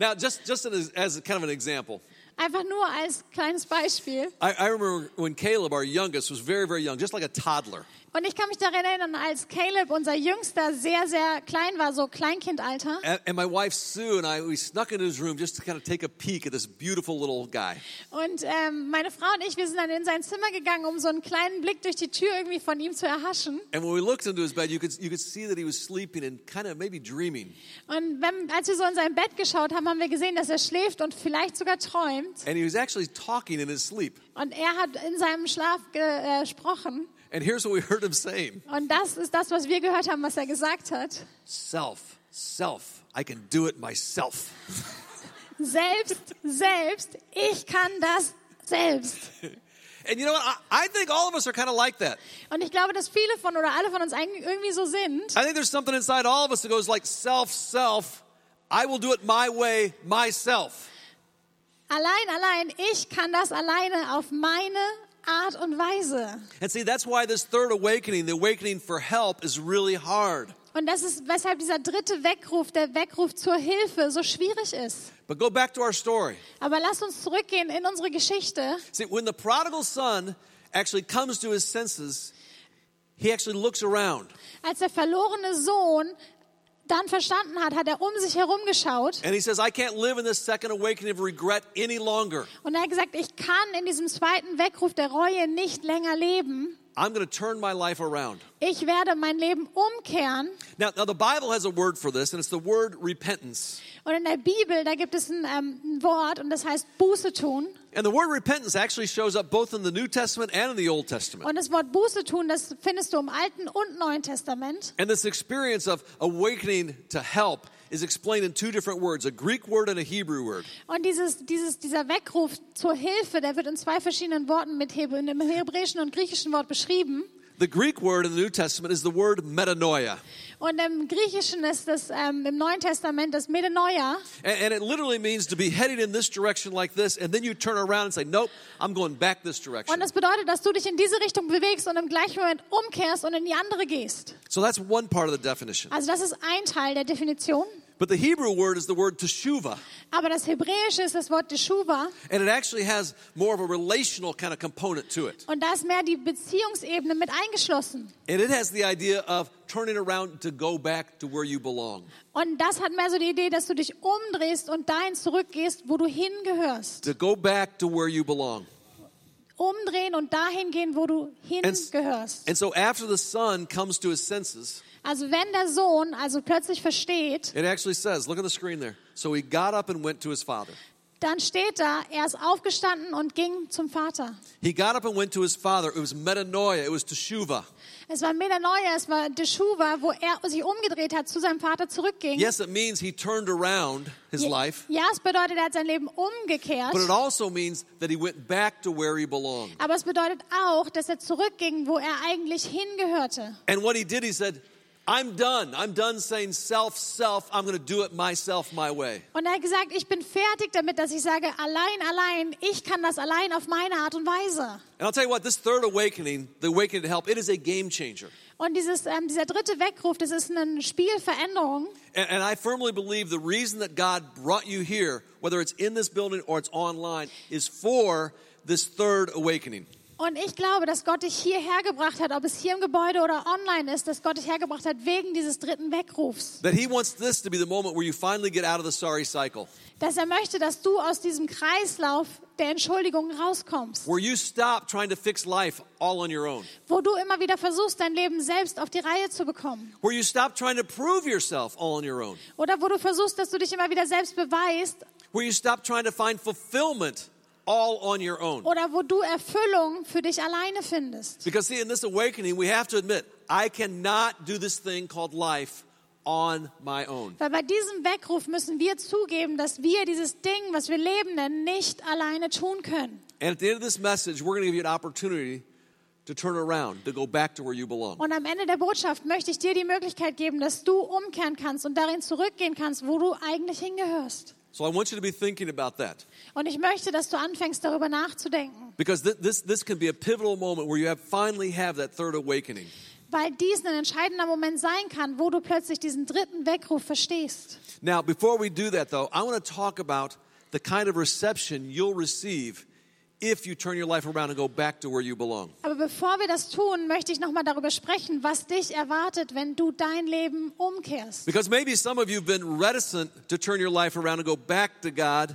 Speaker 3: Now, just, just as, as kind of an example,
Speaker 4: Einfach nur als kleines Beispiel.
Speaker 3: I, I remember when Caleb, our youngest, was very, very young, just like a toddler.
Speaker 4: Und ich kann mich daran erinnern, als Caleb, unser Jüngster, sehr, sehr klein war, so Kleinkindalter.
Speaker 3: And, and my wife Sue and I, we snuck into his room just to kind of take a peek at this beautiful little guy.
Speaker 4: Und ähm, meine Frau und ich, wir sind dann in sein Zimmer gegangen, um so einen kleinen Blick durch die Tür irgendwie von ihm zu erhaschen.
Speaker 3: And when we looked into his bed, you could, you could see that he was sleeping and kind of maybe dreaming.
Speaker 4: Und wenn, als wir so in sein Bett geschaut haben, haben wir gesehen, dass er schläft und vielleicht sogar träumt.
Speaker 3: And he was actually talking in his sleep.
Speaker 4: Und er hat in seinem Schlaf ge- äh, gesprochen.
Speaker 3: And here's what we heard him saying
Speaker 4: Und das ist das, was wir gehört haben, was er gesagt hat.
Speaker 3: Self, self, I can do it myself.
Speaker 4: Selbst, selbst, ich kann das selbst.
Speaker 3: And you know what? I, I think all of us are kind of like that.
Speaker 4: Und ich glaube, dass viele von oder alle von uns eigentlich irgendwie so sind.
Speaker 3: I think there's something inside all of us that goes like self, self, I will do it my way, myself.
Speaker 4: Allein, allein, ich kann das alleine auf meine Art und Weise.
Speaker 3: And see, that's why this third awakening, the awakening for help, is really hard.
Speaker 4: Und das ist, weshalb dieser dritte Weckruf, der Weckruf zur Hilfe, so schwierig ist.
Speaker 3: But go back to our story.
Speaker 4: Aber lasst uns zurückgehen in unsere Geschichte.
Speaker 3: See, when the prodigal son actually comes to his senses, he actually looks around
Speaker 4: Als der verlorene Sohn dann verstanden hat, hat er um sich herum geschaut
Speaker 3: and he says, I can't live in this second awakening of regret any longer.
Speaker 4: und er hat gesagt, ich kann in diesem zweiten Weckruf der Reue nicht länger leben.
Speaker 3: I'm going to turn my life around.
Speaker 4: Ich werde mein Leben umkehren.
Speaker 3: Now, now, the Bible has a word for this, and it's the word repentance.
Speaker 4: Und in der Bibel, da gibt es ein, ähm, ein Wort und das heißt Buße tun.
Speaker 3: And the word repentance actually shows up both in the New Testament and in the Old Testament.
Speaker 4: Und das Wort Buße tun, das findest du im Alten und Neuen Testament.
Speaker 3: And this experience of awakening to help is explained in two different words a Greek word and a Hebrew word.
Speaker 4: Und dieses, dieses, dieser Weckruf zur Hilfe, der wird in zwei verschiedenen Worten mit Hebr im hebräischen und griechischen Wort beschrieben.
Speaker 3: The Greek word in the New Testament is the word metanoia.
Speaker 4: Und im Griechischen ist das ähm, im Neuen Testament das Metanoia.
Speaker 3: And, and it literally means to be headed in this direction like this, and then you turn around and say, Nope, I'm going back this
Speaker 4: Und
Speaker 3: direction.
Speaker 4: das bedeutet, dass du dich in diese Richtung bewegst und im gleichen Moment umkehrst und in die andere gehst.
Speaker 3: So that's one part of the definition.
Speaker 4: Also das ist ein Teil der Definition.
Speaker 3: But the Hebrew word is the word teshuva,
Speaker 4: Aber das Hebräische ist das Wort Teshuva.
Speaker 3: and it actually has more of a relational kind of component to it.
Speaker 4: Und da ist mehr die Beziehungsebene mit eingeschlossen.
Speaker 3: And it has the idea of turning around to go back to where you belong,
Speaker 4: Und das hat mehr so die Idee, dass du dich umdrehst und dahin zurückgehst, wo du hingehörst.
Speaker 3: to go back to where you belong.
Speaker 4: Umdrehen und dahin gehen, wo du hingehörst.
Speaker 3: And so after the son comes to his senses,
Speaker 4: Also wenn der Sohn also plötzlich versteht,
Speaker 3: it actually says, look at the screen there. So he got up and went to his father.
Speaker 4: dann steht da, er ist aufgestanden und ging zum Vater.
Speaker 3: He got up and went to his father. It was metanoia, it was teshuva.
Speaker 4: Es war Metanoia, es war Deshuva, wo er sich umgedreht hat, zu seinem Vater zurückging.
Speaker 3: Yes, it means he turned around his
Speaker 4: Je-
Speaker 3: life,
Speaker 4: Ja, es bedeutet, er hat sein Leben umgekehrt.
Speaker 3: but it also means that he went back to where he belonged.
Speaker 4: Aber es bedeutet auch, dass er zurückging, wo er eigentlich hingehörte.
Speaker 3: And what he did, he said, I'm done. I'm done saying self, self. I'm going to do it myself, my way.
Speaker 4: Und er hat gesagt, ich bin fertig damit, dass ich sage, allein, allein, ich kann das allein auf meine Art und Weise.
Speaker 3: And I'll tell you what, this third awakening, the awakening to help, it is a game changer.
Speaker 4: Und dieses, ähm, dieser dritte Weckruf, das ist eine Spielveränderung.
Speaker 3: And, and I firmly believe the reason that God brought you here, whether it's in this building or it's online, is for this third awakening.
Speaker 4: Und ich glaube, dass Gott dich hierher gebracht hat, ob es hier im Gebäude oder online ist, dass Gott dich hergebracht hat wegen dieses dritten Weckrufs.
Speaker 3: That He wants this to be the moment where you finally get out of the sorry cycle,
Speaker 4: Dass er möchte, dass du aus diesem Kreislauf der Entschuldigung rauskommst,
Speaker 3: where you stop trying to fix life all on your own,
Speaker 4: wo du immer wieder versuchst, dein Leben selbst auf die Reihe zu bekommen.
Speaker 3: where you stop trying to prove yourself all on your own,
Speaker 4: Oder wo du versuchst, dass du dich immer wieder selbst beweist
Speaker 3: where you stop trying to find fulfillment all on your own.
Speaker 4: oder wo du Erfüllung für dich alleine findest.
Speaker 3: Because, see, in this awakening, we have to admit, I cannot do this thing called life on my own.
Speaker 4: Weil bei diesem Weckruf müssen wir zugeben, dass wir dieses Ding, was wir leben nennen, nicht alleine tun können.
Speaker 3: And at the end of this message, we're going to give you an opportunity to turn around, to go back to where you belong.
Speaker 4: Und am Ende der Botschaft möchte ich dir die Möglichkeit geben, dass du umkehren kannst und darin zurückgehen kannst, wo du eigentlich hingehörst.
Speaker 3: So I want you to be thinking about that
Speaker 4: Und ich möchte, dass du anfängst, darüber nachzudenken,
Speaker 3: because th- this, this can be a pivotal moment where you have finally have that third awakening.
Speaker 4: weil dies ein entscheidender Moment sein kann, wo du plötzlich diesen dritten Weckruf verstehst.
Speaker 3: Now, before we do that, though, I want to talk about the kind of reception you'll receive if you turn your life around and go back to where you belong.
Speaker 4: Aber bevor wir das tun, möchte ich nochmal darüber sprechen, was dich erwartet, wenn du dein Leben umkehrst.
Speaker 3: Because maybe some of you have been reticent to turn your life around and go back to God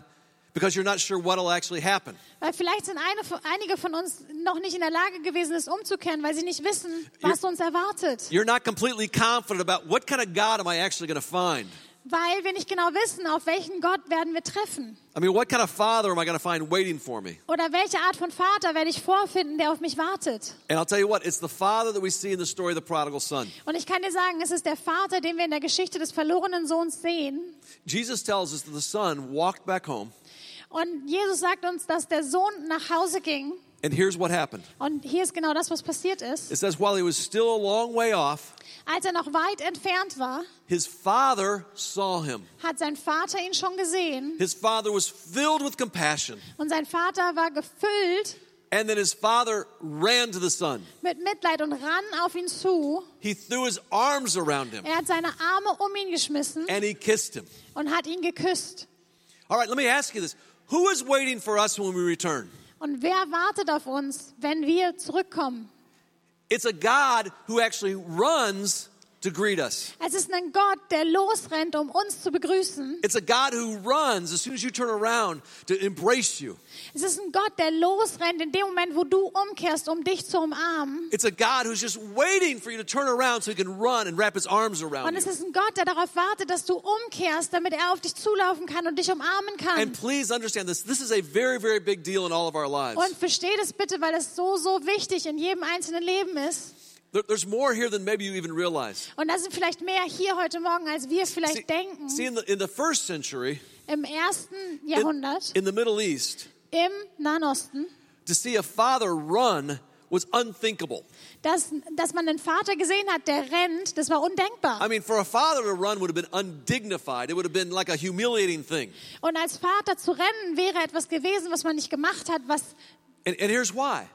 Speaker 3: because you're not sure what will actually happen.
Speaker 4: Weil vielleicht sind eine, von- einige von uns noch nicht in der Lage gewesen, es umzukehren, weil sie nicht wissen, was uns erwartet.
Speaker 3: You're not completely confident about what kind of God am I actually going to find?
Speaker 4: Weil wir nicht genau wissen, auf welchen Gott werden wir treffen.
Speaker 3: I mean, what kind of father am I going to find waiting for me?
Speaker 4: Oder welche Art von Vater werde ich vorfinden, der auf mich wartet?
Speaker 3: And I'll tell you what, it's the father that we see in the story of the prodigal son.
Speaker 4: Und ich kann dir sagen, es ist der Vater, den wir in der Geschichte des verlorenen Sohns sehen.
Speaker 3: Jesus tells us that the son walked back home,
Speaker 4: Und Jesus sagt uns, dass der Sohn nach Hause ging.
Speaker 3: and here's what happened.
Speaker 4: Und hier ist genau das, was passiert ist.
Speaker 3: It says, while he was still a long way off,
Speaker 4: Als er noch weit entfernt war,
Speaker 3: his father saw him.
Speaker 4: hat sein Vater ihn schon gesehen.
Speaker 3: His father was filled with compassion,
Speaker 4: Und sein Vater war gefüllt
Speaker 3: and then his father ran to the son.
Speaker 4: mit Mitleid und ran auf ihn zu.
Speaker 3: He threw his arms around him
Speaker 4: Er hat seine Arme um ihn geschmissen
Speaker 3: and he kissed him.
Speaker 4: und hat ihn geküsst.
Speaker 3: All right, let me ask you this. Who is waiting for us when we return?
Speaker 4: Und wer wartet auf uns, wenn wir zurückkommen?
Speaker 3: It's a God who actually runs to greet us.
Speaker 4: Es ist ein Gott, der losrennt, um uns zu begrüßen.
Speaker 3: It's a God who runs as soon as you turn around to embrace you.
Speaker 4: Es ist ein Gott, der losrennt in dem Moment, wo du umkehrst, um dich zu umarmen.
Speaker 3: It's a God who's just waiting for you to turn around so he can run and wrap his arms around
Speaker 4: Und es
Speaker 3: you.
Speaker 4: ist ein Gott, der darauf wartet, dass du umkehrst, damit er auf dich zulaufen kann und dich umarmen
Speaker 3: And
Speaker 4: kann.
Speaker 3: please understand this. This is a very, very big deal in all of our
Speaker 4: Und
Speaker 3: lives.
Speaker 4: versteh das bitte, weil es so, so wichtig in jedem einzelnen Leben ist.
Speaker 3: There- There's more here than maybe you even realize.
Speaker 4: Und da sind vielleicht mehr hier heute Morgen, als wir vielleicht
Speaker 3: See,
Speaker 4: denken.
Speaker 3: see, in, the, in the first century,
Speaker 4: Im ersten
Speaker 3: in,
Speaker 4: Jahrhundert,
Speaker 3: in the Middle East,
Speaker 4: im Nahen Osten,
Speaker 3: to see a father run was unthinkable.
Speaker 4: dass, dass man einen Vater gesehen hat, der rennt, das war
Speaker 3: I
Speaker 4: undenkbar.
Speaker 3: mean, for a father to run would have been undignified. It would have been like a humiliating thing.
Speaker 4: Und als Vater zu rennen wäre etwas gewesen, was man nicht gemacht hat. Was,
Speaker 3: And, and here's why.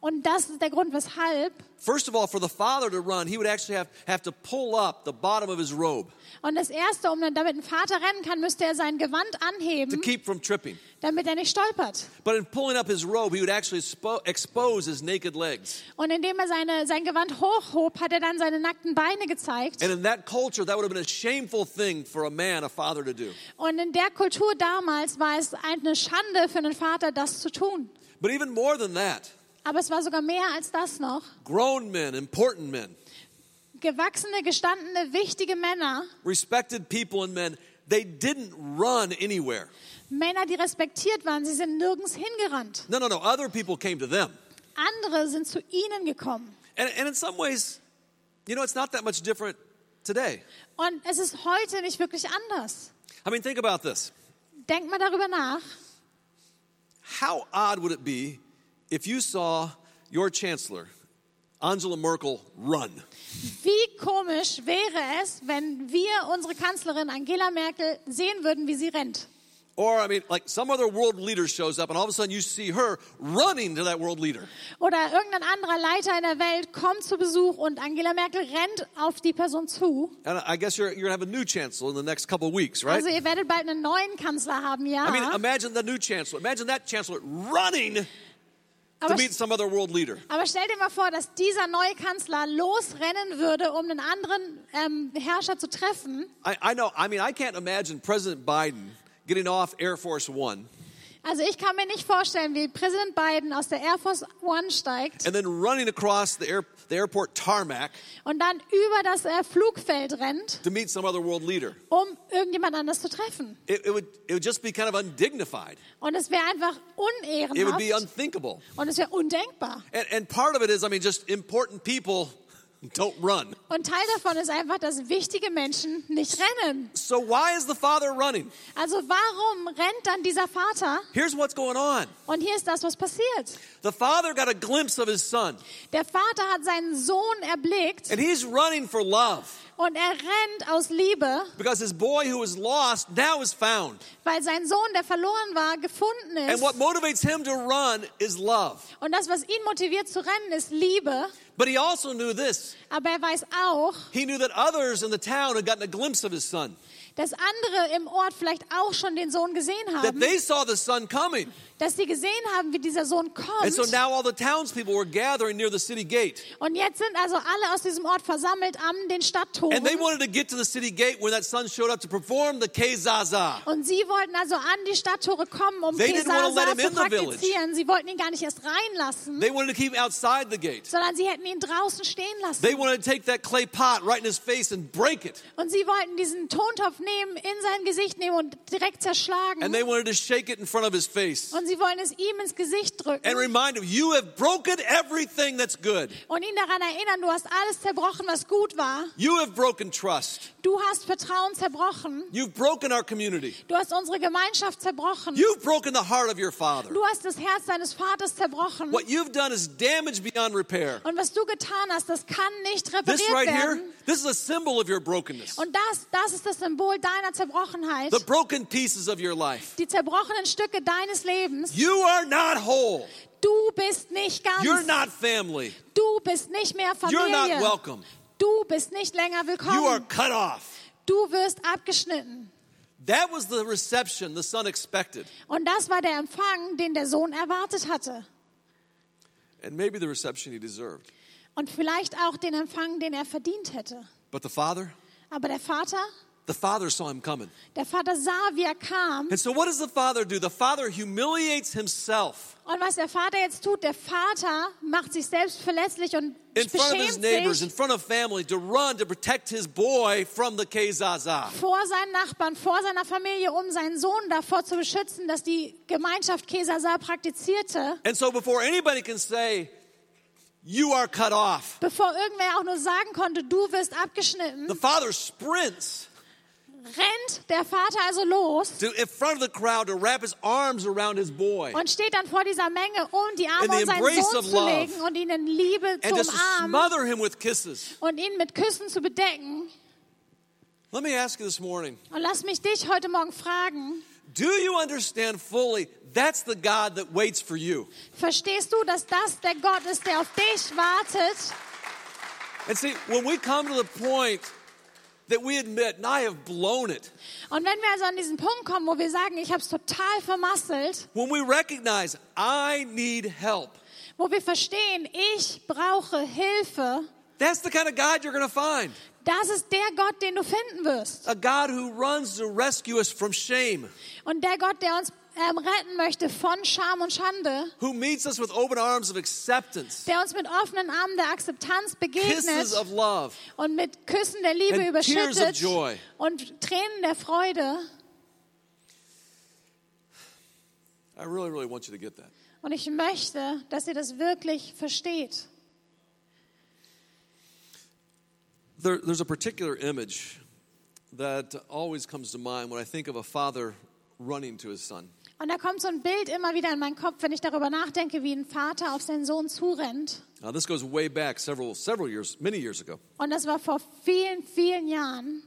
Speaker 4: und das ist der Grund, weshalb.
Speaker 3: First of all, for the father to run, he would actually have, have to pull up the bottom of his robe
Speaker 4: Und das Erste, um dann, damit ein Vater rennen kann, müsste er sein Gewand
Speaker 3: to
Speaker 4: anheben,
Speaker 3: keep from tripping.
Speaker 4: damit er nicht stolpert.
Speaker 3: But in pulling up his robe, he would actually expo- expose his naked legs.
Speaker 4: Und indem er seine, sein Gewand hochhob, hat er dann seine nackten Beine gezeigt.
Speaker 3: And in that culture, that would have been a shameful thing for a man, a father, to do.
Speaker 4: Und in der Kultur damals war es eine Schande für einen Vater, das zu tun.
Speaker 3: But even more than that,
Speaker 4: Aber es war sogar mehr als das noch.
Speaker 3: grown men, important men,
Speaker 4: Gewachsene, gestandene, wichtige Männer,
Speaker 3: respected people and men, they didn't run anywhere.
Speaker 4: Männer, die respektiert waren, sie sind nirgends hingerannt.
Speaker 3: No, no, no. Other people came to them.
Speaker 4: Andere sind zu ihnen gekommen.
Speaker 3: And, and in some ways, you know, it's not that much different today.
Speaker 4: Und es ist heute nicht wirklich anders.
Speaker 3: I mean, think about this.
Speaker 4: Denk mal darüber nach.
Speaker 3: How odd would it be if you saw your chancellor, Angela Merkel, run?
Speaker 4: Wie komisch wäre es, wenn wir unsere Kanzlerin Angela Merkel sehen würden, wie sie rennt?
Speaker 3: Or, I mean, like some other world leader shows up and all of a sudden you see her running to that world leader.
Speaker 4: Oder irgendein anderer Leiter in der Welt kommt zu Besuch und Angela Merkel rennt auf die Person zu.
Speaker 3: And I guess you're, you're going to have a new chancellor in the next couple of weeks, right?
Speaker 4: Also ihr werdet bald einen neuen Kanzler haben, ja.
Speaker 3: I mean, imagine the new chancellor. Imagine that chancellor running to
Speaker 4: Aber,
Speaker 3: meet some other world leader.
Speaker 4: aber stell dir mal vor, dass dieser neue Kanzler losrennen würde, um einen anderen ähm, Herrscher zu treffen.
Speaker 3: I, I know, I mean, I can't imagine President Biden getting off Air Force One
Speaker 4: Also ich kann mir nicht vorstellen, wie Präsident Biden aus der Air Force One steigt
Speaker 3: and then running across the, air, the airport tarmac
Speaker 4: und dann über das äh, Flugfeld rennt,
Speaker 3: to meet some other world leader.
Speaker 4: um irgendjemand anders zu treffen.
Speaker 3: It, it, would, it would just be kind of undignified.
Speaker 4: Und es wäre einfach
Speaker 3: It would be
Speaker 4: unehrenhaft
Speaker 3: unthinkable.
Speaker 4: und es wäre undenkbar.
Speaker 3: And, and part of it is, I mean, just important people (laughs) don't run.
Speaker 4: Und Teil davon ist einfach, dass wichtige Menschen nicht rennen.
Speaker 3: So why is the father running?
Speaker 4: Also warum rennt dann dieser Vater?
Speaker 3: Here's what's going on.
Speaker 4: Und hier ist das, was passiert.
Speaker 3: The father got a glimpse of his son,
Speaker 4: Der Vater hat seinen Sohn erblickt
Speaker 3: and he's running for love
Speaker 4: und er rennt aus Liebe,
Speaker 3: because his boy who was lost now is found.
Speaker 4: weil sein Sohn, der verloren war, gefunden
Speaker 3: And
Speaker 4: ist.
Speaker 3: what motivates him to run is love.
Speaker 4: Und das, was ihn motiviert zu rennen, ist Liebe.
Speaker 3: But But he also knew this.
Speaker 4: Aber er weiß auch,
Speaker 3: He knew that others in the town had gotten a glimpse of his son,
Speaker 4: dass andere im Ort vielleicht auch schon den Sohn gesehen
Speaker 3: that
Speaker 4: haben,
Speaker 3: they saw the son coming.
Speaker 4: dass sie gesehen haben, wie dieser Sohn
Speaker 3: And so
Speaker 4: kommt.
Speaker 3: now all the townspeople were gathering near the city gate.
Speaker 4: Und jetzt sind also alle aus diesem Ort versammelt an den Stadttoren.
Speaker 3: And they wanted to get to the city gate when that son showed up to perform the Kezaza.
Speaker 4: Und sie wollten also an die Stadttore kommen, um
Speaker 3: They didn't wanna let
Speaker 4: Kesasa
Speaker 3: him
Speaker 4: zu
Speaker 3: in the village.
Speaker 4: praktizieren. Sie wollten ihn gar nicht erst reinlassen,
Speaker 3: They wanted to keep him outside the gate.
Speaker 4: sondern sie hätten ihn draußen stehen lassen.
Speaker 3: They wanted to take that clay pot right in his face and break it.
Speaker 4: Und sie wollten diesen Tontopf nehmen, in sein Gesicht nehmen und direkt zerschlagen.
Speaker 3: And they wanted to shake it in front of his face
Speaker 4: Und sie wollen es ihm ins Gesicht
Speaker 3: and
Speaker 4: drücken
Speaker 3: remind him, You have broken everything that's good.
Speaker 4: und ihn daran erinnern, du hast alles zerbrochen, was gut war.
Speaker 3: You have broken trust.
Speaker 4: Du hast Vertrauen zerbrochen.
Speaker 3: You've broken our community.
Speaker 4: Du hast unsere Gemeinschaft zerbrochen.
Speaker 3: You've broken the heart of your father.
Speaker 4: Du hast das Herz deines Vaters zerbrochen.
Speaker 3: What you've done is damage beyond repair.
Speaker 4: Und was du getan hast, das kann nicht repariert
Speaker 3: This right here,
Speaker 4: werden.
Speaker 3: this is a symbol of your brokenness.
Speaker 4: Und das, das ist das Symbol deiner Zerbrochenheit.
Speaker 3: The broken pieces of your life.
Speaker 4: Die zerbrochenen Stücke deines Lebens.
Speaker 3: You are not whole.
Speaker 4: Du bist nicht ganz.
Speaker 3: You're not family.
Speaker 4: Du bist nicht mehr
Speaker 3: You're not
Speaker 4: Familie.
Speaker 3: welcome.
Speaker 4: Du bist nicht
Speaker 3: You
Speaker 4: länger
Speaker 3: are
Speaker 4: willkommen.
Speaker 3: cut off.
Speaker 4: Du wirst abgeschnitten.
Speaker 3: That was the reception the son expected.
Speaker 4: Und das war der Empfang, den der Sohn erwartet hatte.
Speaker 3: And maybe the reception he deserved.
Speaker 4: Und vielleicht auch den Empfang, den er verdient hätte.
Speaker 3: But the father,
Speaker 4: Aber der Vater,
Speaker 3: the father saw him coming.
Speaker 4: der Vater sah, wie er kam.
Speaker 3: And so what does the father do? The father humiliates himself
Speaker 4: Und was der Vater jetzt tut, der Vater macht sich selbst verletzlich und
Speaker 3: in front of his
Speaker 4: beschämt
Speaker 3: neighbors, in
Speaker 4: sich
Speaker 3: front of family, to run to protect his boy from the Kezaza.
Speaker 4: vor seinen Nachbarn, vor seiner Familie, um seinen Sohn davor zu beschützen, dass die Gemeinschaft Kesasar praktizierte.
Speaker 3: And so before anybody can say, you are cut off,
Speaker 4: Bevor irgendwer auch nur sagen konnte, du wirst abgeschnitten,
Speaker 3: the father sprints
Speaker 4: rennt der Vater also los
Speaker 3: to in front of the crowd to wrap his arms around his boy
Speaker 4: und steht dann vor dieser Menge, um die
Speaker 3: In
Speaker 4: Arme
Speaker 3: the
Speaker 4: um seinen
Speaker 3: embrace
Speaker 4: Sohn
Speaker 3: of
Speaker 4: zu
Speaker 3: love.
Speaker 4: legen und ihn in Liebe zu
Speaker 3: and just to
Speaker 4: umarmen
Speaker 3: smother him with kisses.
Speaker 4: und ihn mit Küssen zu bedecken.
Speaker 3: Let me ask you this morning.
Speaker 4: Und lass mich dich heute Morgen fragen,
Speaker 3: Do you understand fully that's the God that waits for you?
Speaker 4: verstehst du, dass das der Gott ist, der auf dich wartet?
Speaker 3: And see, when we come to the point that we admit, and I have blown it,
Speaker 4: Und wenn wir also an diesen Punkt kommen, wo wir sagen, ich habe es total vermasselt,
Speaker 3: when we recognize I need help,
Speaker 4: wo wir verstehen, ich brauche Hilfe,
Speaker 3: that's the kind of God you're going to find.
Speaker 4: das ist der Gott, den du finden wirst.
Speaker 3: A God who runs to rescue us from shame,
Speaker 4: Und der Gott, der uns ähm, retten möchte von Scham und Schande,
Speaker 3: who meets us with open arms of acceptance,
Speaker 4: der uns mit offenen Armen der Akzeptanz
Speaker 3: kisses
Speaker 4: begegnet
Speaker 3: of love.
Speaker 4: und mit Küssen der Liebe
Speaker 3: And tears of
Speaker 4: überschüttet
Speaker 3: joy.
Speaker 4: und Tränen der Freude.
Speaker 3: I really, really want you to get that.
Speaker 4: Und ich möchte, dass ihr das wirklich versteht.
Speaker 3: There, there's a particular image that always comes to mind when I think of a father running to his son.
Speaker 4: Und da kommt so ein Bild immer wieder in meinen Kopf, wenn ich darüber nachdenke, wie ein Vater auf seinen Sohn zurennt.
Speaker 3: Now, this goes way back several, several years, many years ago.
Speaker 4: Und das war vor vielen, vielen Jahren.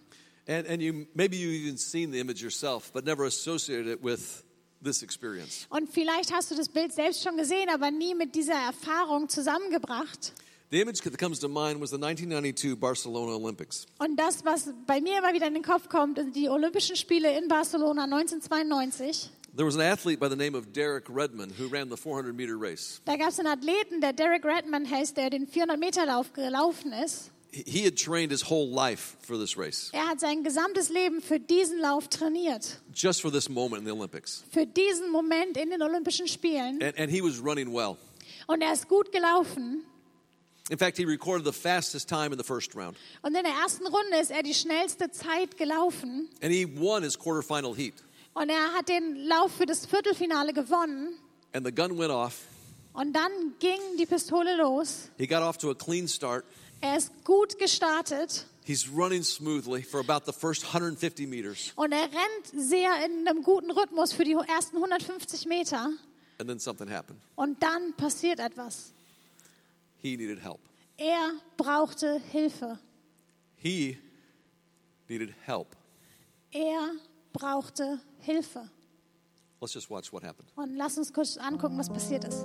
Speaker 3: And, and you, maybe you've even seen the image yourself, but never associated it with this experience.
Speaker 4: Und vielleicht hast du das Bild selbst schon gesehen, aber nie mit dieser Erfahrung zusammengebracht.
Speaker 3: The image that comes to mind was the 1992 Barcelona Olympics.
Speaker 4: Und das, was bei mir immer wieder in den Kopf kommt, sind die Olympischen Spiele in Barcelona 1992.
Speaker 3: There was an athlete by the name of Derek Redmond who ran the 400 meter race.
Speaker 4: Da gab es einen Athleten, der Derek Redman heißt, der den 400-Meter-Lauf gelaufen ist.
Speaker 3: He- He had trained his whole life for this race,
Speaker 4: Er hat sein gesamtes Leben für diesen Lauf trainiert,
Speaker 3: just for this moment in the Olympics.
Speaker 4: für diesen Moment in den Olympischen Spielen.
Speaker 3: And, and he was running well.
Speaker 4: Und er ist gut gelaufen.
Speaker 3: In fact, he recorded the fastest time in the first round,
Speaker 4: Und in der ersten Runde ist er die schnellste Zeit gelaufen.
Speaker 3: and he won his quarterfinal heat.
Speaker 4: Und er hat den Lauf für das Viertelfinale gewonnen.
Speaker 3: And the gun went off.
Speaker 4: Und dann ging die Pistole los.
Speaker 3: He got off to a clean start.
Speaker 4: Er ist gut gestartet
Speaker 3: He's running smoothly for about the first 150 meters,
Speaker 4: und er rennt sehr in einem guten Rhythmus für die ersten 150 Meter.
Speaker 3: and then something happened.
Speaker 4: Und dann passiert etwas.
Speaker 3: He needed help.
Speaker 4: Er brauchte Hilfe.
Speaker 3: He needed help.
Speaker 4: Er brauchte Hilfe.
Speaker 3: Let's just watch what happened.
Speaker 4: Und lass uns kurz angucken, was passiert ist.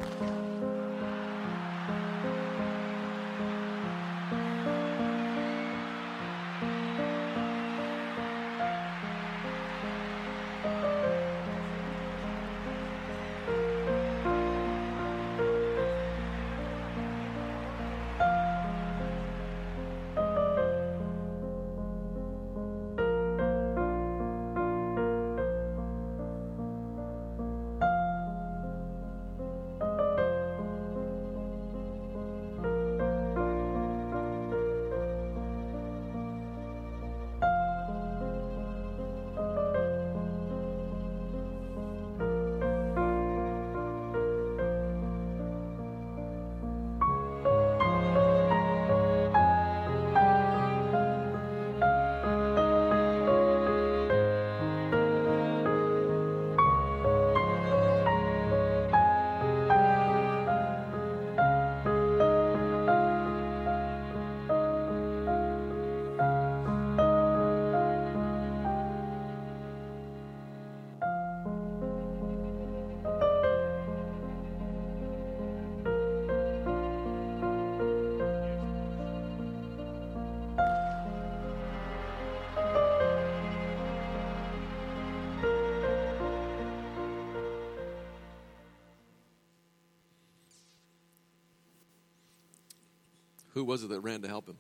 Speaker 3: Who was it that ran to help him?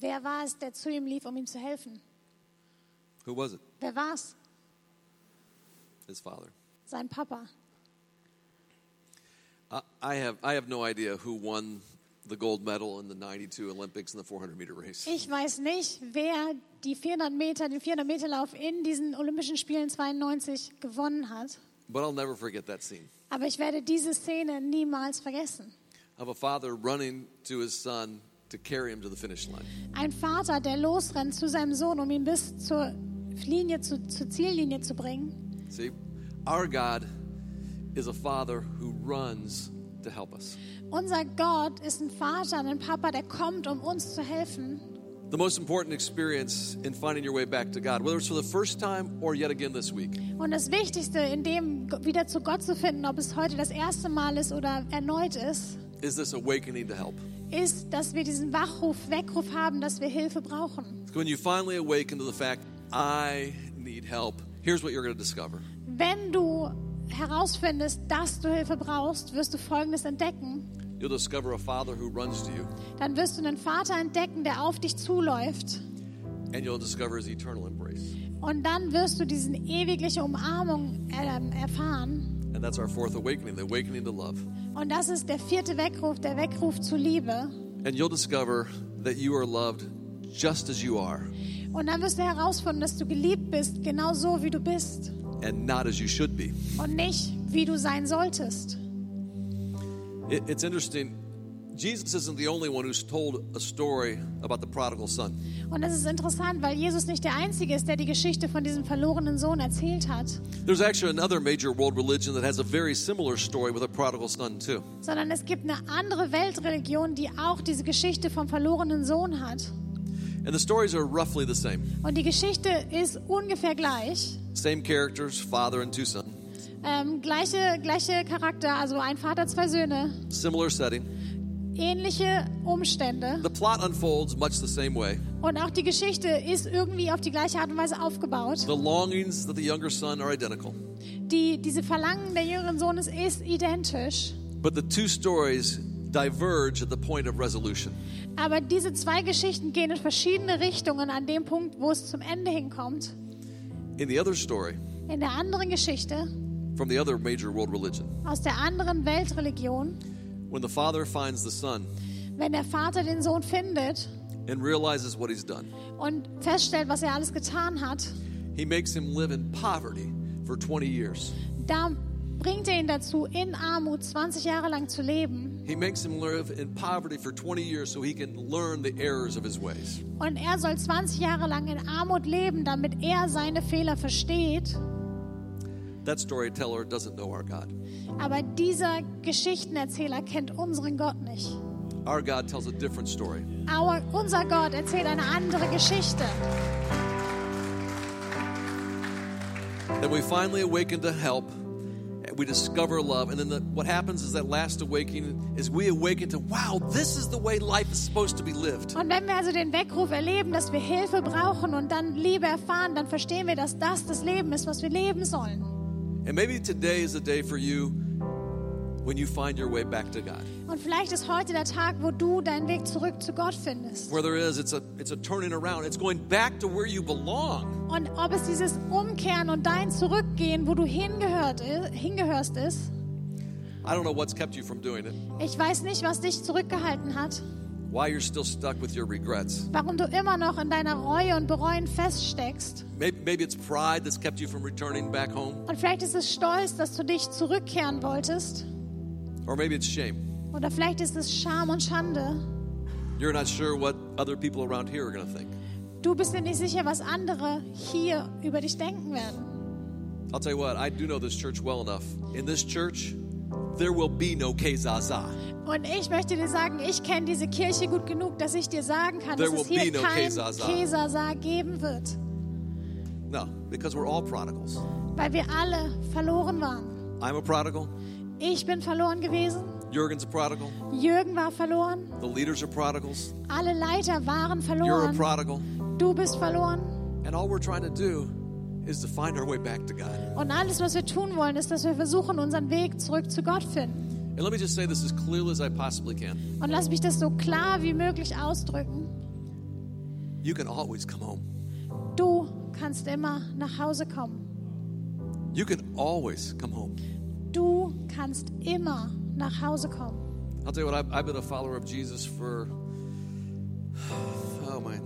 Speaker 4: Wer war es, der zu ihm lief, um ihm zu helfen?
Speaker 3: Who was it?
Speaker 4: Wer war es?
Speaker 3: His father.
Speaker 4: Sein Papa.
Speaker 3: I- I have I have no idea who won the gold medal in the 92 Olympics in the 400 meter race.
Speaker 4: Ich weiß nicht, wer die 400 Meter, den 400 Meter Lauf in diesen Olympischen Spielen 92 gewonnen hat.
Speaker 3: But I'll never forget that scene
Speaker 4: Aber ich werde diese Szene niemals vergessen.
Speaker 3: of a father running to his son to carry him to the finish line.
Speaker 4: Ein Vater, der losrennt zu seinem Sohn, um ihn bis zur Linie, zu, zur Ziellinie zu bringen.
Speaker 3: See, our God is a father who runs to help us.
Speaker 4: Unser Gott ist ein Vater und ein Papa, der kommt, um uns zu helfen.
Speaker 3: The most important experience in finding your way back to God, whether it's for the first time or yet again this week,
Speaker 4: Und das Wichtigste, in dem G- wieder zu Gott zu finden, ob es heute das erste Mal ist oder erneut ist,
Speaker 3: is this awakening to help.
Speaker 4: ist, dass wir diesen Wachruf, Weckruf haben, dass wir Hilfe brauchen.
Speaker 3: It's when you finally awaken to the fact, I need help, here's what you're going to discover.
Speaker 4: Wenn du herausfindest, dass du Hilfe brauchst, wirst du Folgendes entdecken.
Speaker 3: You'll discover a father who runs to you,
Speaker 4: Dann wirst du einen Vater entdecken, der auf dich zuläuft.
Speaker 3: and you'll discover his eternal embrace.
Speaker 4: Und dann wirst du diese ewigliche Umarmung ähm, erfahren.
Speaker 3: And that's our fourth awakening, the awakening to love.
Speaker 4: Und das ist der vierte Weckruf, der Weckruf zur Liebe.
Speaker 3: And you'll discover that you are loved just as you are,
Speaker 4: Und dann wirst du herausfinden, dass du geliebt bist, genau so wie du bist.
Speaker 3: and not as you should be.
Speaker 4: Und nicht, wie du sein solltest.
Speaker 3: It, it's interesting. Jesus isn't the only one who's told a story about the prodigal son.
Speaker 4: Und das ist interessant, weil Jesus nicht der Einzige ist, der die Geschichte von diesem verlorenen Sohn erzählt hat.
Speaker 3: There's actually another major world religion that has a very similar story with a prodigal son, too.
Speaker 4: sondern es gibt eine andere Weltreligion, die auch diese Geschichte vom verlorenen Sohn hat.
Speaker 3: And the stories are roughly the same
Speaker 4: Und die Geschichte ist ungefähr gleich.
Speaker 3: same characters, father and two sons,
Speaker 4: Ähm, gleiche, gleiche Charakter, also ein Vater, zwei Söhne,
Speaker 3: similar setting.
Speaker 4: ähnliche Umstände.
Speaker 3: The plot unfolds much the same way.
Speaker 4: Und auch die Geschichte ist irgendwie auf die gleiche Art und Weise aufgebaut.
Speaker 3: The longings of the younger son are identical.
Speaker 4: Die, diese Verlangen der jüngeren Sohnes ist identisch.
Speaker 3: But the two stories diverge at the point of resolution.
Speaker 4: Aber diese zwei Geschichten gehen in verschiedene Richtungen an dem Punkt, wo es zum Ende hinkommt.
Speaker 3: In the other story,
Speaker 4: In der anderen Geschichte,
Speaker 3: from the other major world religion,
Speaker 4: aus der anderen Weltreligion,
Speaker 3: when the father finds the son
Speaker 4: Wenn der Vater den Sohn findet
Speaker 3: and realizes what he's done,
Speaker 4: und feststellt, was er alles getan hat,
Speaker 3: he makes him live in poverty for 20 years.
Speaker 4: da bringt er ihn dazu, in Armut 20 Jahre lang zu leben.
Speaker 3: He makes him live in poverty for 20 years so he can learn the errors of his ways.
Speaker 4: Und er soll 20 Jahre lang in Armut leben, damit er seine Fehler versteht.
Speaker 3: That storyteller doesn't know our God.
Speaker 4: Aber dieser Geschichtenerzähler kennt unseren Gott nicht.
Speaker 3: Our God tells a different story.
Speaker 4: Aber unser Gott erzählt eine andere Geschichte.
Speaker 3: Then we finally awaken to help. and We discover love, and then the, what happens is that last awakening is we awaken to wow, this is the way life is supposed to be lived.
Speaker 4: Und wenn wir also den Weckruf erleben, dass wir Hilfe brauchen und dann Liebe erfahren, dann verstehen wir, dass das das Leben ist, was wir leben sollen.
Speaker 3: And maybe today is the day for you when you find your way back to God.
Speaker 4: Und vielleicht ist heute der Tag, wo du deinen Weg zurück zu Gott findest.
Speaker 3: Where there is, it's a it's a turning around. It's going back to where you belong.
Speaker 4: Und ob es dieses Umkehren und dein Zurückgehen, wo du hingehört, äh, hingehörst, ist.
Speaker 3: I don't know what's kept you from doing it.
Speaker 4: Ich weiß nicht, was dich zurückgehalten hat,
Speaker 3: Why you're still stuck with your regrets.
Speaker 4: warum du immer noch in deiner Reue und Bereuen feststeckst.
Speaker 3: Maybe, maybe it's pride that's kept you from returning back home,
Speaker 4: Und vielleicht ist es Stolz, dass du dich zurückkehren wolltest.
Speaker 3: or maybe it's shame.
Speaker 4: Oder vielleicht ist es Scham und Schande.
Speaker 3: You're not sure what other people around here are going to think.
Speaker 4: Du bist dir nicht sicher, was andere hier über dich denken werden.
Speaker 3: I'll tell you what, I do know this church well enough. In this church, there will be no kezaza.
Speaker 4: Und ich möchte dir sagen, ich kenne diese Kirche gut genug, dass ich dir sagen kann, dass
Speaker 3: There
Speaker 4: es
Speaker 3: will
Speaker 4: hier
Speaker 3: be no
Speaker 4: kein
Speaker 3: Kesasa.
Speaker 4: Kesasa geben wird,
Speaker 3: No, because we're all prodigals.
Speaker 4: weil wir alle verloren waren.
Speaker 3: I'm a prodigal.
Speaker 4: Ich bin verloren gewesen,
Speaker 3: Jurgen's a prodigal.
Speaker 4: Jürgen war verloren,
Speaker 3: The leaders are prodigals.
Speaker 4: alle Leiter waren
Speaker 3: You're a
Speaker 4: verloren,
Speaker 3: prodigal.
Speaker 4: du bist verloren.
Speaker 3: And all we're trying to do is to find our way back to God.
Speaker 4: Und alles, was wir tun wollen, ist, dass wir versuchen, unseren Weg zurück zu Gott finden.
Speaker 3: And let me just say this as clearly as I possibly can.
Speaker 4: Und lass mich das so klar wie möglich ausdrücken.
Speaker 3: You can always come home.
Speaker 4: Du kannst immer nach Hause kommen.
Speaker 3: You can always come home.
Speaker 4: Du kannst immer nach Hause kommen.
Speaker 3: I'll tell you what, I've, I've been a follower of Jesus for, (sighs) oh my,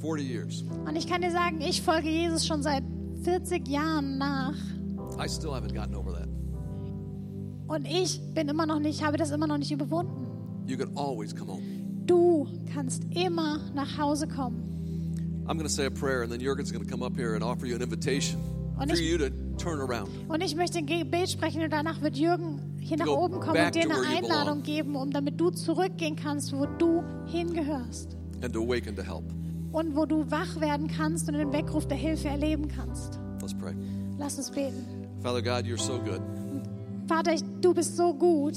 Speaker 3: 40 years.
Speaker 4: Und ich kann dir sagen, ich folge Jesus schon seit 40 Jahren nach.
Speaker 3: I still haven't gotten over that.
Speaker 4: Und ich bin immer noch nicht, habe das immer noch nicht überwunden.
Speaker 3: You can always come home.
Speaker 4: Du kannst immer nach Hause kommen.
Speaker 3: I'm going to say a prayer, and then Jurgen's going to come up here and offer you an invitation
Speaker 4: Und
Speaker 3: for
Speaker 4: ich-
Speaker 3: you to turn around.
Speaker 4: Und ich möchte ein Gebet sprechen und danach wird Jürgen hier nach
Speaker 3: Go
Speaker 4: oben kommen
Speaker 3: back
Speaker 4: und dir
Speaker 3: to
Speaker 4: eine
Speaker 3: where you belong.
Speaker 4: Einladung geben, um damit du zurückgehen kannst, wo du hingehörst.
Speaker 3: and to awaken to help.
Speaker 4: Und wo du wach werden kannst und den Weckruf der Hilfe erleben kannst.
Speaker 3: Let's pray.
Speaker 4: Lass uns beten.
Speaker 3: Father God, you're so good.
Speaker 4: Vater, ich, du bist so gut.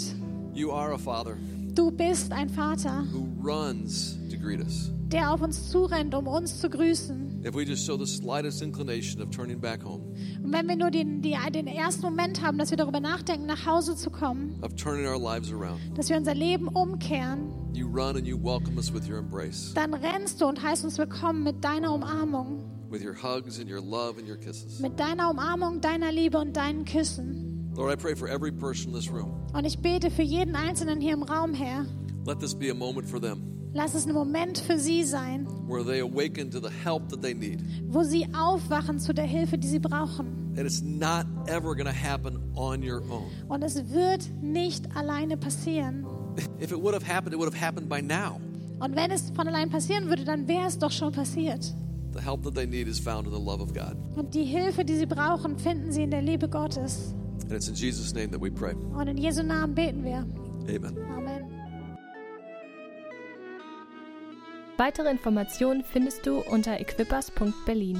Speaker 3: You are a father
Speaker 4: Du bist ein Vater,
Speaker 3: who runs to greet us.
Speaker 4: der auf uns zurennt, um uns zu grüßen.
Speaker 3: If we just show the slightest inclination of turning back home,
Speaker 4: Und wenn wir nur den, die, den ersten Moment haben, dass wir darüber nachdenken, nach Hause zu kommen,
Speaker 3: of turning our lives around,
Speaker 4: dass wir unser Leben umkehren,
Speaker 3: you run and you welcome us with your embrace,
Speaker 4: dann rennst du und heißt uns willkommen mit deiner Umarmung,
Speaker 3: with your hugs and your love and your kisses.
Speaker 4: mit deiner Umarmung, deiner Liebe und deinen Küssen.
Speaker 3: Lord, I pray for every person in this room.
Speaker 4: Und ich bete für jeden Einzelnen hier im Raum her.
Speaker 3: Let this be a moment for them
Speaker 4: Lass es ein Moment für sie sein,
Speaker 3: where they awaken to the help that they need.
Speaker 4: wo sie aufwachen zu der Hilfe, die sie brauchen.
Speaker 3: And it's not ever going to happen on your own.
Speaker 4: Und es wird nicht alleine passieren.
Speaker 3: If it would have happened, it would have happened by now.
Speaker 4: Und wenn es von allein passieren würde, dann wäre es doch schon passiert.
Speaker 3: The help that they need is found in the love of God.
Speaker 4: Und die Hilfe, die sie brauchen, finden sie in der Liebe Gottes.
Speaker 3: And it's in Jesus' name that we pray.
Speaker 4: Und in Jesu Namen beten wir.
Speaker 3: Amen.
Speaker 4: Amen.
Speaker 1: Weitere Informationen findest du unter equippers.berlin.